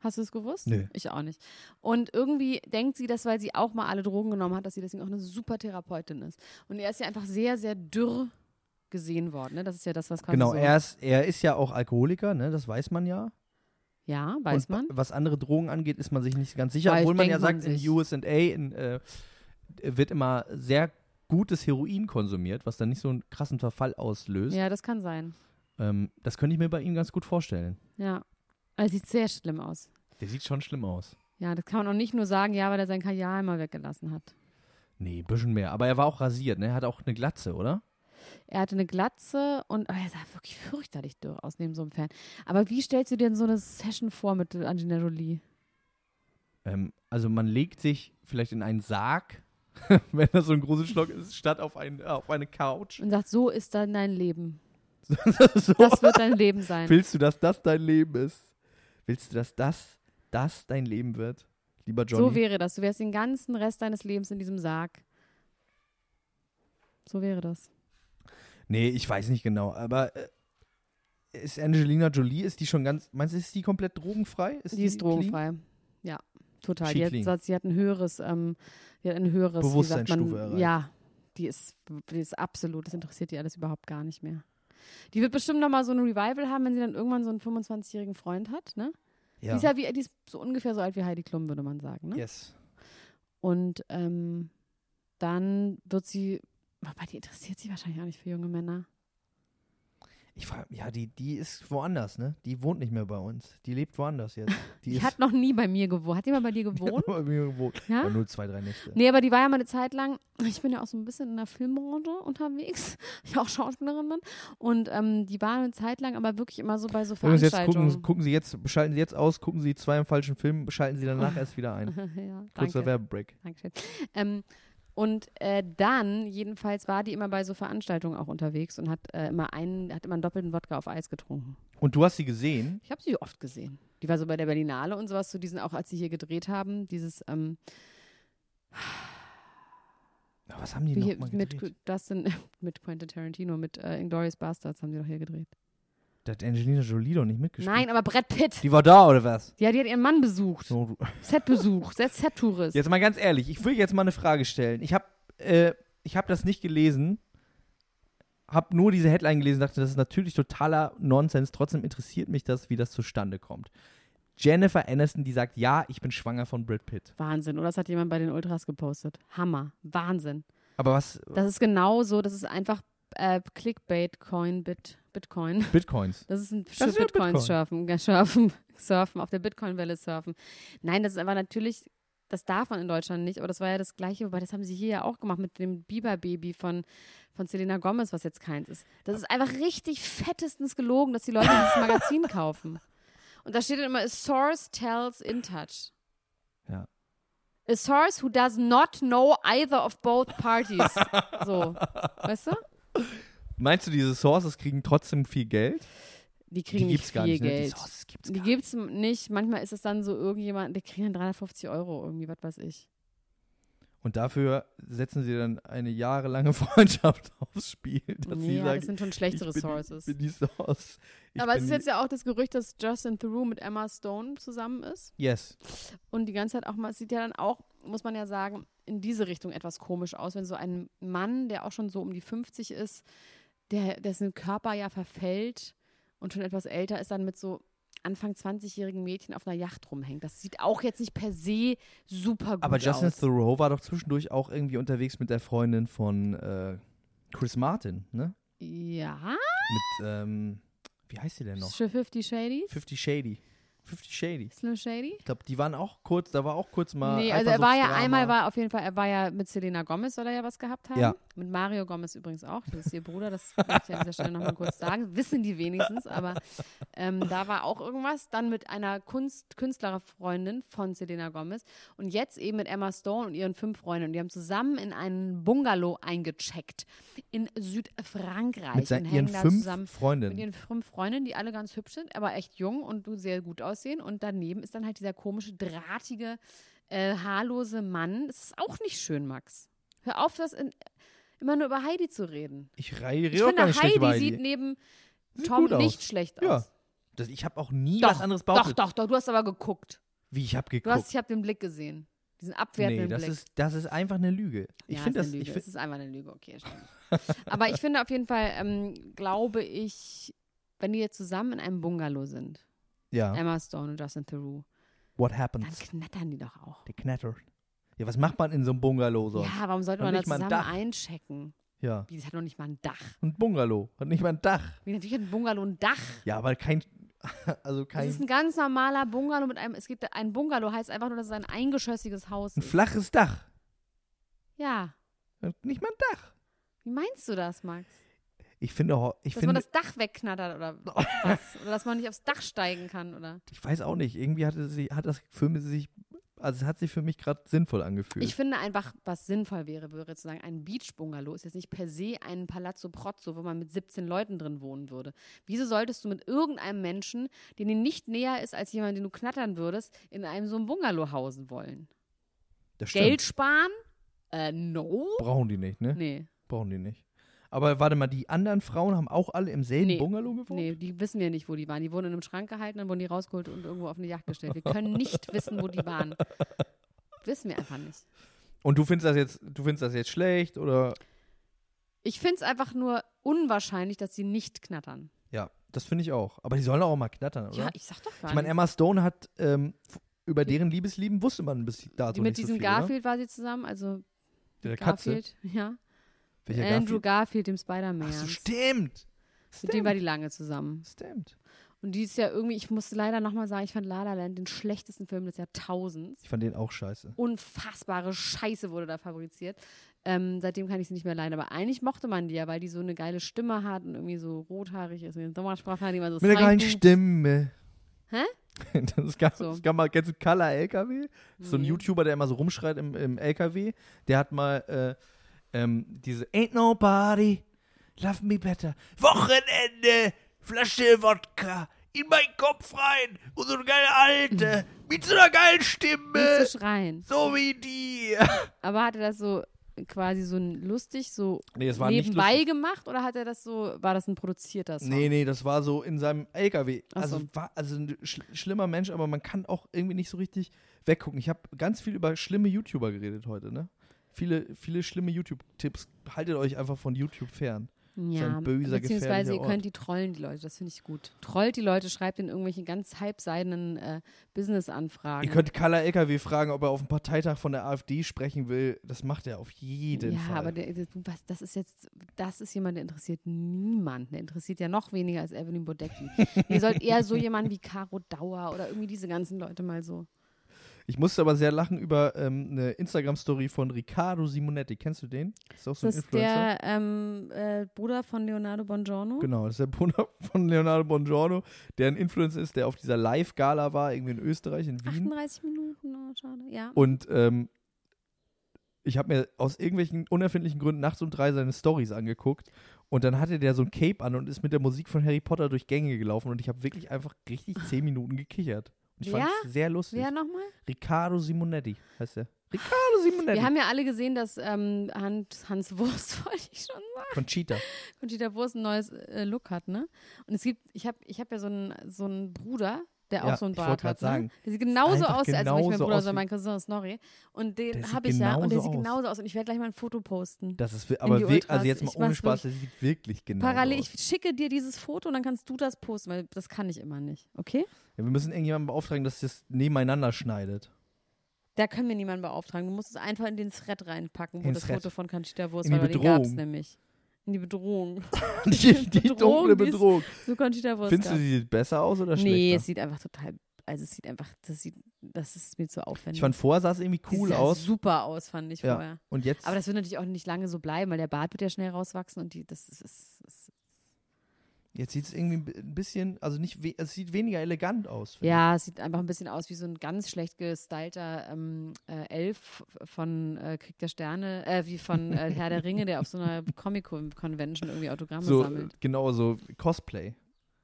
Speaker 1: Hast du es gewusst?
Speaker 4: Nö.
Speaker 1: Ich auch nicht. Und irgendwie denkt sie, dass weil sie auch mal alle Drogen genommen hat, dass sie deswegen auch eine super Therapeutin ist. Und er ist ja einfach sehr, sehr dürr gesehen worden. Ne? Das ist ja das, was quasi
Speaker 4: Genau,
Speaker 1: so,
Speaker 4: er ist, er ist ja auch Alkoholiker, ne? das weiß man ja.
Speaker 1: Ja, weiß
Speaker 4: Und
Speaker 1: man.
Speaker 4: ba- Was andere Drogen angeht, ist man sich nicht ganz sicher.
Speaker 1: Weil
Speaker 4: obwohl man
Speaker 1: denkt
Speaker 4: ja sagt,
Speaker 1: man
Speaker 4: in
Speaker 1: sich.
Speaker 4: USA in, äh, wird immer sehr gutes Heroin konsumiert, was dann nicht so einen krassen Verfall auslöst.
Speaker 1: Ja, das kann sein.
Speaker 4: Ähm, das könnte ich mir bei ihm ganz gut vorstellen.
Speaker 1: Ja. Also sieht sehr schlimm aus.
Speaker 4: Der sieht schon schlimm aus.
Speaker 1: Ja, das kann man auch nicht nur sagen, ja, weil er sein Kajal mal weggelassen hat.
Speaker 4: Nee, ein bisschen mehr. Aber er war auch rasiert, ne? Er hat auch eine Glatze, oder?
Speaker 1: Er hatte eine Glatze und oh, er sah wirklich fürchterlich dürr aus neben so einem Fan. Aber wie stellst du dir denn so eine Session vor mit Angelina Jolie?
Speaker 4: Ähm, also man legt sich vielleicht in einen Sarg, wenn das so ein großer Schlock ist, statt auf, ein, äh, auf eine Couch.
Speaker 1: Und sagt, so ist dann dein Leben.
Speaker 4: so.
Speaker 1: Das wird dein Leben sein.
Speaker 4: Willst du, dass das dein Leben ist? Willst du, dass das, das dein Leben wird? Lieber Johnny.
Speaker 1: So wäre das. Du wärst den ganzen Rest deines Lebens in diesem Sarg. So wäre das.
Speaker 4: nee, ich weiß nicht genau, aber äh, ist Angelina Jolie, ist die schon ganz, meinst du, ist die komplett drogenfrei?
Speaker 1: Die ist drogenfrei. Ja, total.
Speaker 4: She
Speaker 1: Die hat,
Speaker 4: clean.
Speaker 1: sie hat ein höheres, ähm, die hat ein höheres wie sagt man,
Speaker 4: Bewusstseinsstufe erreicht.
Speaker 1: Ja, die ist, die ist absolut, das interessiert die alles überhaupt gar nicht mehr. Die wird bestimmt nochmal so ein Revival haben, wenn sie dann irgendwann so einen 25-jährigen Clean Freund hat, ne?
Speaker 4: Clean? Ja.
Speaker 1: Die, ist ja wie, die ist so ungefähr so alt wie Heidi Klum, würde man sagen, ne?
Speaker 4: Yes.
Speaker 1: Und ähm, dann wird sie, wobei die interessiert sich wahrscheinlich auch nicht für junge Männer.
Speaker 4: Ich frage, ja, die, die ist woanders, ne? Die wohnt nicht mehr bei uns. Die lebt woanders jetzt. Die
Speaker 1: Die,
Speaker 4: ist
Speaker 1: hat noch nie bei mir gewohnt. Hat die mal bei dir gewohnt?
Speaker 4: bei mir gewohnt.
Speaker 1: Ja?
Speaker 4: Aber nur zwei, drei Nächte.
Speaker 1: Nee, aber die war ja mal eine Zeit lang, ich bin ja auch so ein bisschen in der Filmbranche unterwegs, ich auch Schauspielerin bin. Und ähm, die war eine Zeit lang aber wirklich immer so bei so
Speaker 4: Übrigens, jetzt gucken,
Speaker 1: Veranstaltungen.
Speaker 4: gucken Sie jetzt, schalten Sie jetzt aus, gucken Sie zwei im falschen Film, schalten Sie danach erst wieder ein.
Speaker 1: ja,
Speaker 4: Kurzer
Speaker 1: danke.
Speaker 4: Werbebreak.
Speaker 1: Dankeschön. Ähm, und äh, dann, jedenfalls, war die immer bei so Veranstaltungen auch unterwegs und hat äh, immer einen, hat immer einen doppelten Wodka auf Eis getrunken.
Speaker 4: Und du hast sie gesehen?
Speaker 1: Ich habe sie oft gesehen. Die war so bei der Berlinale und sowas, zu diesen, auch als sie hier gedreht haben, dieses, ähm,
Speaker 4: Na, was haben die
Speaker 1: wie hier,
Speaker 4: nochmal gedreht?
Speaker 1: mit Dustin, mit Quentin Tarantino, mit äh, Inglourious Bastards haben die doch hier gedreht.
Speaker 4: Da hat Angelina Jolie doch nicht mitgespielt.
Speaker 1: Nein, aber Brett Pitt.
Speaker 4: Die war da, oder was?
Speaker 1: Ja, die hat ihren Mann besucht.
Speaker 4: So,
Speaker 1: Set-Besuch, Set-Tourist.
Speaker 4: jetzt mal ganz ehrlich, ich will jetzt mal eine Frage stellen. Ich habe äh, ich hab das nicht gelesen, habe nur diese Headline gelesen, dachte, das ist natürlich totaler Nonsens. Trotzdem interessiert mich das, wie das zustande kommt. Jennifer Aniston, die sagt, ja, ich bin schwanger von Brad Pitt.
Speaker 1: Wahnsinn, oder? Das hat jemand bei den Ultras gepostet. Hammer, Wahnsinn.
Speaker 4: Aber was?
Speaker 1: Das ist genauso, das ist einfach äh, Clickbait, Coin, Bit, Bitcoin.
Speaker 4: Bitcoins.
Speaker 1: Das ist ein
Speaker 4: ist ja Bitcoin.
Speaker 1: Bitcoin surfen, ja, surfen, surfen, auf der Bitcoin-Welle surfen. Nein, das ist aber natürlich, das darf man in Deutschland nicht, aber das war ja das Gleiche, wobei das haben sie hier ja auch gemacht mit dem Biber-Baby von, von Selena Gomez, was jetzt keins ist. Das ist einfach richtig fettestens gelogen, dass die Leute dieses Magazin kaufen. Und da steht dann immer, a source tells in touch.
Speaker 4: Ja.
Speaker 1: A source who does not know either of both parties. So, weißt du?
Speaker 4: Meinst du, diese Sources kriegen trotzdem viel Geld?
Speaker 1: Die kriegen
Speaker 4: die
Speaker 1: nicht
Speaker 4: gibt's
Speaker 1: viel
Speaker 4: gar nicht. Ne? Die
Speaker 1: Geld.
Speaker 4: Sources gibt's
Speaker 1: Die
Speaker 4: gar
Speaker 1: gibt es nicht. Manchmal ist es dann so irgendjemand, die kriegen dann 350 Euro irgendwie, was weiß ich.
Speaker 4: nicht. Und dafür setzen sie dann eine jahrelange Freundschaft aufs Spiel. Dass sie
Speaker 1: ja,
Speaker 4: sagen,
Speaker 1: das sind schon schlechte
Speaker 4: ich bin,
Speaker 1: Ressources.
Speaker 4: Bin die Source. Ich
Speaker 1: Aber es
Speaker 4: bin
Speaker 1: ist
Speaker 4: die-
Speaker 1: jetzt ja auch das Gerücht, dass Justin Theroux mit Emma Stone zusammen ist.
Speaker 4: Yes.
Speaker 1: Und die ganze Zeit auch mal, es sieht ja dann auch, muss man ja sagen, in diese Richtung etwas komisch aus, wenn so ein Mann, der auch schon so um die 50 ist, der, dessen Körper ja verfällt und schon etwas älter ist, dann mit so Anfang 20-jährigen Mädchen auf einer Yacht rumhängt. Das sieht auch jetzt nicht per se super gut
Speaker 4: Aber Justin
Speaker 1: aus.
Speaker 4: Theroux war doch zwischendurch auch irgendwie unterwegs mit der Freundin von äh, Chris Martin, ne?
Speaker 1: ja,
Speaker 4: Mit, ähm, wie heißt sie denn noch?
Speaker 1: für 50 Shady,
Speaker 4: Fifty Shady. Fifty Shady.
Speaker 1: Slim Shady.
Speaker 4: Ich glaube, die waren auch kurz, da war auch kurz mal.
Speaker 1: Nee, also er war ja
Speaker 4: Eifersuchtsdrama.
Speaker 1: einmal, war auf jeden Fall, er war ja mit Selena Gomez, soll er ja was gehabt haben.
Speaker 4: Ja.
Speaker 1: Mit Mario Gomez übrigens auch, das ist ihr Bruder, das möchte ich an dieser Stelle nochmal kurz sagen. Wissen die wenigstens, aber ähm, da war auch irgendwas. Dann mit einer Kunst, Künstlerfreundin von Selena Gomez und jetzt eben mit Emma Stone und ihren fünf Freunden. Und die haben zusammen in einen Bungalow eingecheckt in Südfrankreich.
Speaker 4: mit seinen,
Speaker 1: und
Speaker 4: ihren
Speaker 1: hängen da
Speaker 4: fünf
Speaker 1: zusammen mit
Speaker 4: Freundinnen.
Speaker 1: ihren fünf Freundinnen, die alle ganz hübsch sind, aber echt jung und sehr gut aussehen. Und daneben ist dann halt dieser komische, drahtige, äh, haarlose Mann. Das ist auch nicht schön, Max. Hör auf, das in, immer nur über Heidi zu reden.
Speaker 4: Ich rede
Speaker 1: Ich
Speaker 4: auch
Speaker 1: finde,
Speaker 4: gar nicht schlecht über
Speaker 1: Heidi
Speaker 4: Heidi.
Speaker 1: sieht neben
Speaker 4: Sieht
Speaker 1: Tom
Speaker 4: gut aus.
Speaker 1: nicht schlecht
Speaker 4: ja.
Speaker 1: aus.
Speaker 4: Das, ich habe auch nie
Speaker 1: Doch,
Speaker 4: was anderes
Speaker 1: doch,
Speaker 4: behauptet.
Speaker 1: doch, doch. Du hast aber geguckt.
Speaker 4: Wie ich habe
Speaker 1: Du
Speaker 4: geguckt.
Speaker 1: hast, ich habe den Blick gesehen. Diesen
Speaker 4: nee,
Speaker 1: abwertenden
Speaker 4: das
Speaker 1: Blick.
Speaker 4: ist, das ist einfach eine Lüge. Ich
Speaker 1: ja,
Speaker 4: finde
Speaker 1: ist
Speaker 4: das.
Speaker 1: eine
Speaker 4: Ich
Speaker 1: Lüge.
Speaker 4: find,
Speaker 1: es ist einfach eine Lüge, okay. stimmt. Aber ich finde auf jeden Fall, ähm, glaube ich, wenn die jetzt zusammen in einem Bungalow sind,
Speaker 4: ja,
Speaker 1: Emma Stone und Justin Theroux,
Speaker 4: what
Speaker 1: Ähm, Dann
Speaker 4: happens?
Speaker 1: knattern die doch auch.
Speaker 4: Die knattert. Ja, was macht man in so einem Bungalow sonst?
Speaker 1: Ja, warum sollte
Speaker 4: Noch
Speaker 1: man da
Speaker 4: nicht mal ein
Speaker 1: zusammen
Speaker 4: Dach.
Speaker 1: einchecken?
Speaker 4: ja.
Speaker 1: Wie, das hat noch nicht mal ein Dach.
Speaker 4: Ein Bungalow. Hat nicht mal ein Dach.
Speaker 1: Wie, natürlich hat ein Bungalow ein Dach.
Speaker 4: Ja, aber kein. Also
Speaker 1: Das ist
Speaker 4: kein.
Speaker 1: ein ganz normaler Bungalow mit einem, es gibt ein Bungalow, heißt einfach nur, dass es ein eingeschossiges Haus
Speaker 4: Ein
Speaker 1: ist.
Speaker 4: flaches Dach.
Speaker 1: Ja.
Speaker 4: Hat Nicht mal ein Dach.
Speaker 1: Wie meinst du das, Max?
Speaker 4: Ich finde, ho- ich
Speaker 1: Dass man
Speaker 4: finde,
Speaker 1: das Dach wegknattert oder was? Oder dass man nicht aufs Dach steigen kann, oder?
Speaker 4: ich weiß auch nicht. Irgendwie hatte sie, hat das für mich sich, also es hat sich für mich gerade sinnvoll angefühlt.
Speaker 1: Ich finde einfach, was sinnvoll wäre, wäre zu sagen, ein Beach-Bungalow ist jetzt nicht per se ein Palazzo Prozzo, wo man mit 17 Leuten drin wohnen würde. Wieso solltest du mit irgendeinem Menschen, den dir nicht näher ist als jemand, den du knattern würdest, in einem so einem Bungalow hausen wollen?
Speaker 4: das
Speaker 1: Geld sparen? Äh, no?
Speaker 4: Brauchen die nicht, ne?
Speaker 1: Nee,
Speaker 4: Brauchen die nicht. Aber warte mal, die anderen Frauen haben auch alle im selben
Speaker 1: Nee.
Speaker 4: Bungalow gewohnt?
Speaker 1: nee, die wissen wir nicht, wo die waren. Die wurden in einem Schrank gehalten, dann wurden die rausgeholt und irgendwo auf eine Yacht gestellt. Wir können nicht wissen, wo die waren. Wissen wir einfach nicht.
Speaker 4: Und du findest das jetzt, du findest das jetzt schlecht oder?
Speaker 1: Ich finde es einfach nur unwahrscheinlich, dass sie nicht knattern.
Speaker 4: Ja, das finde ich auch. Aber die sollen auch mal knattern, oder?
Speaker 1: Ja, ich sag doch gar
Speaker 4: ich meine,
Speaker 1: nicht.
Speaker 4: Emma Stone hat ähm, f- über deren Liebesleben wusste man bis dato
Speaker 1: Die mit
Speaker 4: nicht
Speaker 1: diesem
Speaker 4: so viel,
Speaker 1: Garfield war sie zusammen, also
Speaker 4: Oder? Der Katze.
Speaker 1: Garfield, ja.
Speaker 4: Welcher
Speaker 1: Andrew
Speaker 4: Garfield?
Speaker 1: Garfield, dem Spider-Man.
Speaker 4: Ach so, stimmt.
Speaker 1: Mit dem war die
Speaker 4: Stimmt.
Speaker 1: lange zusammen.
Speaker 4: Stimmt.
Speaker 1: Und die ist ja irgendwie, ich muss leider nochmal sagen, ich fand La La Land den schlechtesten Film des Jahrtausends.
Speaker 4: Ich fand den auch scheiße.
Speaker 1: Unfassbare Scheiße wurde da fabriziert. Ähm, seitdem kann ich sie nicht mehr leiden. Aber eigentlich mochte man die ja, weil die so eine geile Stimme hat und irgendwie so rothaarig ist. Und Sommersprache hat die mal so
Speaker 4: Mit der geilen
Speaker 1: Slang-
Speaker 4: Stimme.
Speaker 1: Hä?
Speaker 4: Das gab,
Speaker 1: So.
Speaker 4: das gab mal, kennst du Color LKW? Das ist So ein YouTuber, der immer so rumschreit im, im LKW. Der hat mal äh, ähm, diese Ain't nobody, love me better. Wochenende, Flasche Wodka, in meinen Kopf rein. Und so eine geile Alte, mit so einer geilen Stimme.
Speaker 1: Nicht zu schreien.
Speaker 4: So wie die.
Speaker 1: Aber hat er das so quasi so ein lustig so
Speaker 4: Nee, das war nicht
Speaker 1: nebenbei
Speaker 4: lustig.
Speaker 1: gemacht oder hat er das so, war das ein produzierter Song?
Speaker 4: Nee, nee, das war so in seinem LKW.
Speaker 1: Ach
Speaker 4: Also,
Speaker 1: so.
Speaker 4: war, also ein schl schlimmer Mensch, aber man kann auch irgendwie nicht so richtig weggucken. Ich habe ganz viel über schlimme YouTuber geredet heute, ne? Viele, viele schlimme YouTube-Tipps. Haltet euch einfach von YouTube fern.
Speaker 1: Ja,
Speaker 4: ein böser,
Speaker 1: beziehungsweise ihr
Speaker 4: gefährlicher
Speaker 1: könnt
Speaker 4: Ort.
Speaker 1: die trollen, die Leute, das finde ich gut. Trollt die Leute, schreibt in irgendwelchen ganz halbseidenen äh, Business-Anfragen.
Speaker 4: Ihr könnt Carla LKW fragen, ob er auf dem Parteitag von der AfD sprechen will. Das macht er auf jeden
Speaker 1: ja,
Speaker 4: Fall.
Speaker 1: aber der, der, du, was, das ist jetzt, das ist jemand, der interessiert niemanden. Der interessiert ja noch weniger als Evelyn Bodecki. ihr sollt eher so jemanden wie Caro Dauer oder irgendwie diese ganzen Leute mal so.
Speaker 4: ich musste aber sehr lachen über ähm, eine Instagram-Story von Riccardo Simonetti. Kennst du den? Ist auch so ein
Speaker 1: Das ist der
Speaker 4: Influencer.
Speaker 1: ähm, äh, Bruder von Leonardo Bongiorno.
Speaker 4: Genau, das ist der Bruder von Leonardo Bongiorno, der ein Influencer ist, der auf dieser Live-Gala war, irgendwie in Österreich, in Wien.
Speaker 1: 38 Minuten, oh, schade. Ja.
Speaker 4: Und ähm, ich habe mir aus irgendwelchen unerfindlichen Gründen nachts um drei seine Stories angeguckt. Und dann hatte der so ein Cape an und ist mit der Musik von Harry Potter durch Gänge gelaufen. Und ich habe wirklich einfach richtig zehn Minuten gekichert. Und ich
Speaker 1: Ja?
Speaker 4: fand es sehr lustig.
Speaker 1: Wer nochmal?
Speaker 4: Riccardo Simonetti heißt er. Riccardo Simonetti.
Speaker 1: Wir haben ja alle gesehen, dass ähm, Hans, Hans Wurst, wollte ich schon sagen,
Speaker 4: Von Cheetah.
Speaker 1: Conchita Wurst ein neues äh, Look hat, ne? Und es gibt, ich habe ich hab ja so einen so einen Bruder, der
Speaker 4: Ja,
Speaker 1: auch so einen
Speaker 4: ich wollte
Speaker 1: Bart
Speaker 4: grad
Speaker 1: hat,
Speaker 4: sagen.
Speaker 1: ne? Der sieht genauso
Speaker 4: einfach
Speaker 1: aus, also nicht mein
Speaker 4: genauso
Speaker 1: Bruder,
Speaker 4: aus wie-
Speaker 1: sondern mein Cousin, sorry. Und
Speaker 4: Der sieht
Speaker 1: den habe ich ja und der
Speaker 4: genauso
Speaker 1: sieht
Speaker 4: aus. Genau.
Speaker 1: genauso aus und ich werde gleich mal ein Foto posten.
Speaker 4: Das ist wir- aber
Speaker 1: die
Speaker 4: wirklich, also
Speaker 1: Ultras.
Speaker 4: jetzt mal
Speaker 1: Ich
Speaker 4: ohne
Speaker 1: mach's
Speaker 4: Spaß, das sieht wirklich genau
Speaker 1: Parallel,
Speaker 4: aus.
Speaker 1: ich schicke dir dieses Foto und dann kannst du das posten, weil das kann ich immer nicht, okay?
Speaker 4: Ja, wir müssen irgendjemanden beauftragen, dass das nebeneinander schneidet.
Speaker 1: Da können wir niemanden beauftragen. Du musst es einfach in den Thread reinpacken, wo
Speaker 4: In
Speaker 1: das
Speaker 4: Thread.
Speaker 1: Foto von Conchita Wurst
Speaker 4: In die
Speaker 1: war, weil die gab es
Speaker 4: Bedrohung.
Speaker 1: nämlich. In die Bedrohung.
Speaker 4: Die, die
Speaker 1: Bedrohung,
Speaker 4: dunkle
Speaker 1: die ist
Speaker 4: Bedrohung.
Speaker 1: So Conchita Wurst
Speaker 4: Findest du,
Speaker 1: gab's.
Speaker 4: sie sieht besser aus
Speaker 1: Nee,
Speaker 4: oder
Speaker 1: es
Speaker 4: schlechter?
Speaker 1: sieht einfach total, also es sieht einfach, das sieht, das ist mir zu aufwendig.
Speaker 4: Ich fand, vorher sah es irgendwie
Speaker 1: Die
Speaker 4: cool
Speaker 1: sah
Speaker 4: aus.
Speaker 1: super aus, fand ich
Speaker 4: Ja.
Speaker 1: vorher.
Speaker 4: Und jetzt,
Speaker 1: Aber das wird natürlich auch nicht lange so bleiben, weil der Bart wird ja schnell rauswachsen und die, das ist, ist, ist
Speaker 4: jetzt sieht es irgendwie ein bisschen, also nicht, we- es sieht weniger elegant aus. finde
Speaker 1: ja, es sieht einfach ein bisschen aus wie so ein ganz schlecht gestylter ähm, äh, Elf von äh, Krieg der Sterne, äh, wie von äh, Herr der Ringe, der auf so einer Comic-Convention irgendwie
Speaker 4: ich.
Speaker 1: Autogramme
Speaker 4: So,
Speaker 1: sammelt.
Speaker 4: genau, so Cosplay.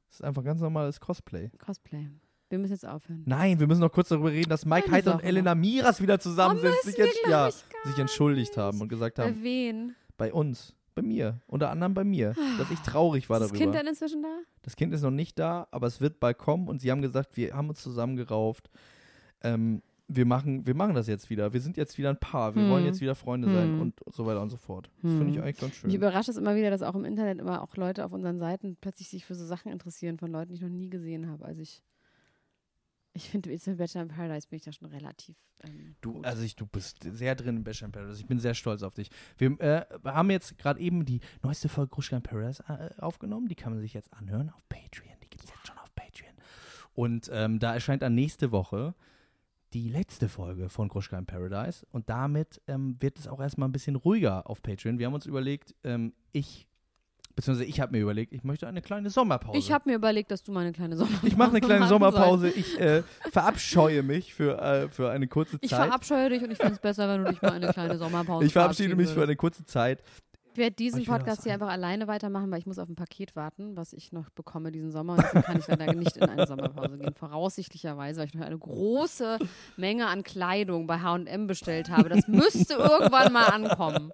Speaker 4: Das ist einfach ganz normales Cosplay.
Speaker 1: Cosplay. Wir müssen jetzt aufhören.
Speaker 4: Nein, wir müssen noch kurz darüber reden, dass Mike
Speaker 1: Eine
Speaker 4: Heiter und
Speaker 1: Sache
Speaker 4: Elena Miras wieder zusammen sind,
Speaker 1: Oh, müssen
Speaker 4: sich,
Speaker 1: wir,
Speaker 4: jetzt,
Speaker 1: glaub
Speaker 4: ja,
Speaker 1: ich, gar
Speaker 4: sich entschuldigt haben und gesagt haben,
Speaker 1: Bei wen?
Speaker 4: bei uns, bei mir, unter anderem bei mir, dass ich traurig war
Speaker 1: Ist das
Speaker 4: darüber.
Speaker 1: Kind dann inzwischen da?
Speaker 4: Das Kind ist noch nicht da, aber es wird bald kommen und sie haben gesagt, wir haben uns zusammengerauft. Ähm, wir, machen, wir machen das jetzt wieder. Wir sind jetzt wieder ein Paar. Wir
Speaker 1: Hm.
Speaker 4: wollen jetzt wieder Freunde sein
Speaker 1: Hm.
Speaker 4: und so weiter und so fort. Das finde ich
Speaker 1: Hm.
Speaker 4: eigentlich ganz
Speaker 1: Mich
Speaker 4: schön.
Speaker 1: überrascht es immer wieder, dass auch im Internet immer auch Leute auf unseren Seiten plötzlich sich für so Sachen interessieren von Leuten, die ich noch nie gesehen habe. Also ich, ich finde, jetzt in Bachelor in Paradise bin ich da schon relativ. Ähm,
Speaker 4: Du,
Speaker 1: gut.
Speaker 4: also ich, du bist sehr drin in Bachelor in Paradise. Ich bin sehr stolz auf dich. Wir äh, haben jetzt gerade eben die neueste Folge Gruschka in Paradise äh, aufgenommen. Die kann man sich jetzt anhören auf Patreon. Die gibt es jetzt schon auf Patreon. Und ähm, da erscheint dann nächste Woche die letzte Folge von Gruschka in Paradise. Und damit ähm, wird es auch erstmal ein bisschen ruhiger auf Patreon. Wir haben uns überlegt, ähm, ich, beziehungsweise ich habe mir überlegt, ich möchte eine kleine Sommerpause.
Speaker 1: ich habe mir überlegt, dass du mal eine kleine Sommerpause
Speaker 4: ich mache eine kleine
Speaker 1: machen sollst.
Speaker 4: Sommerpause. Ich äh, verabscheue mich für, äh, für eine kurze
Speaker 1: Ich
Speaker 4: Zeit.
Speaker 1: verabscheue dich und ich finde es besser, wenn du dich mal eine kleine Sommerpause
Speaker 4: Ich verabschiede mich für
Speaker 1: verabschieden
Speaker 4: eine kurze Zeit.
Speaker 1: würdest. Ich werde
Speaker 4: Oh,
Speaker 1: diesen
Speaker 4: ich will noch
Speaker 1: Podcast
Speaker 4: was
Speaker 1: hier
Speaker 4: sagen.
Speaker 1: einfach alleine weitermachen, weil ich muss auf ein Paket warten, was ich noch bekomme diesen Sommer. Und deswegen kann ich leider nicht in eine Sommerpause gehen. Voraussichtlicherweise, weil ich noch eine große Menge an Kleidung bei H&M bestellt habe. Das müsste irgendwann mal ankommen.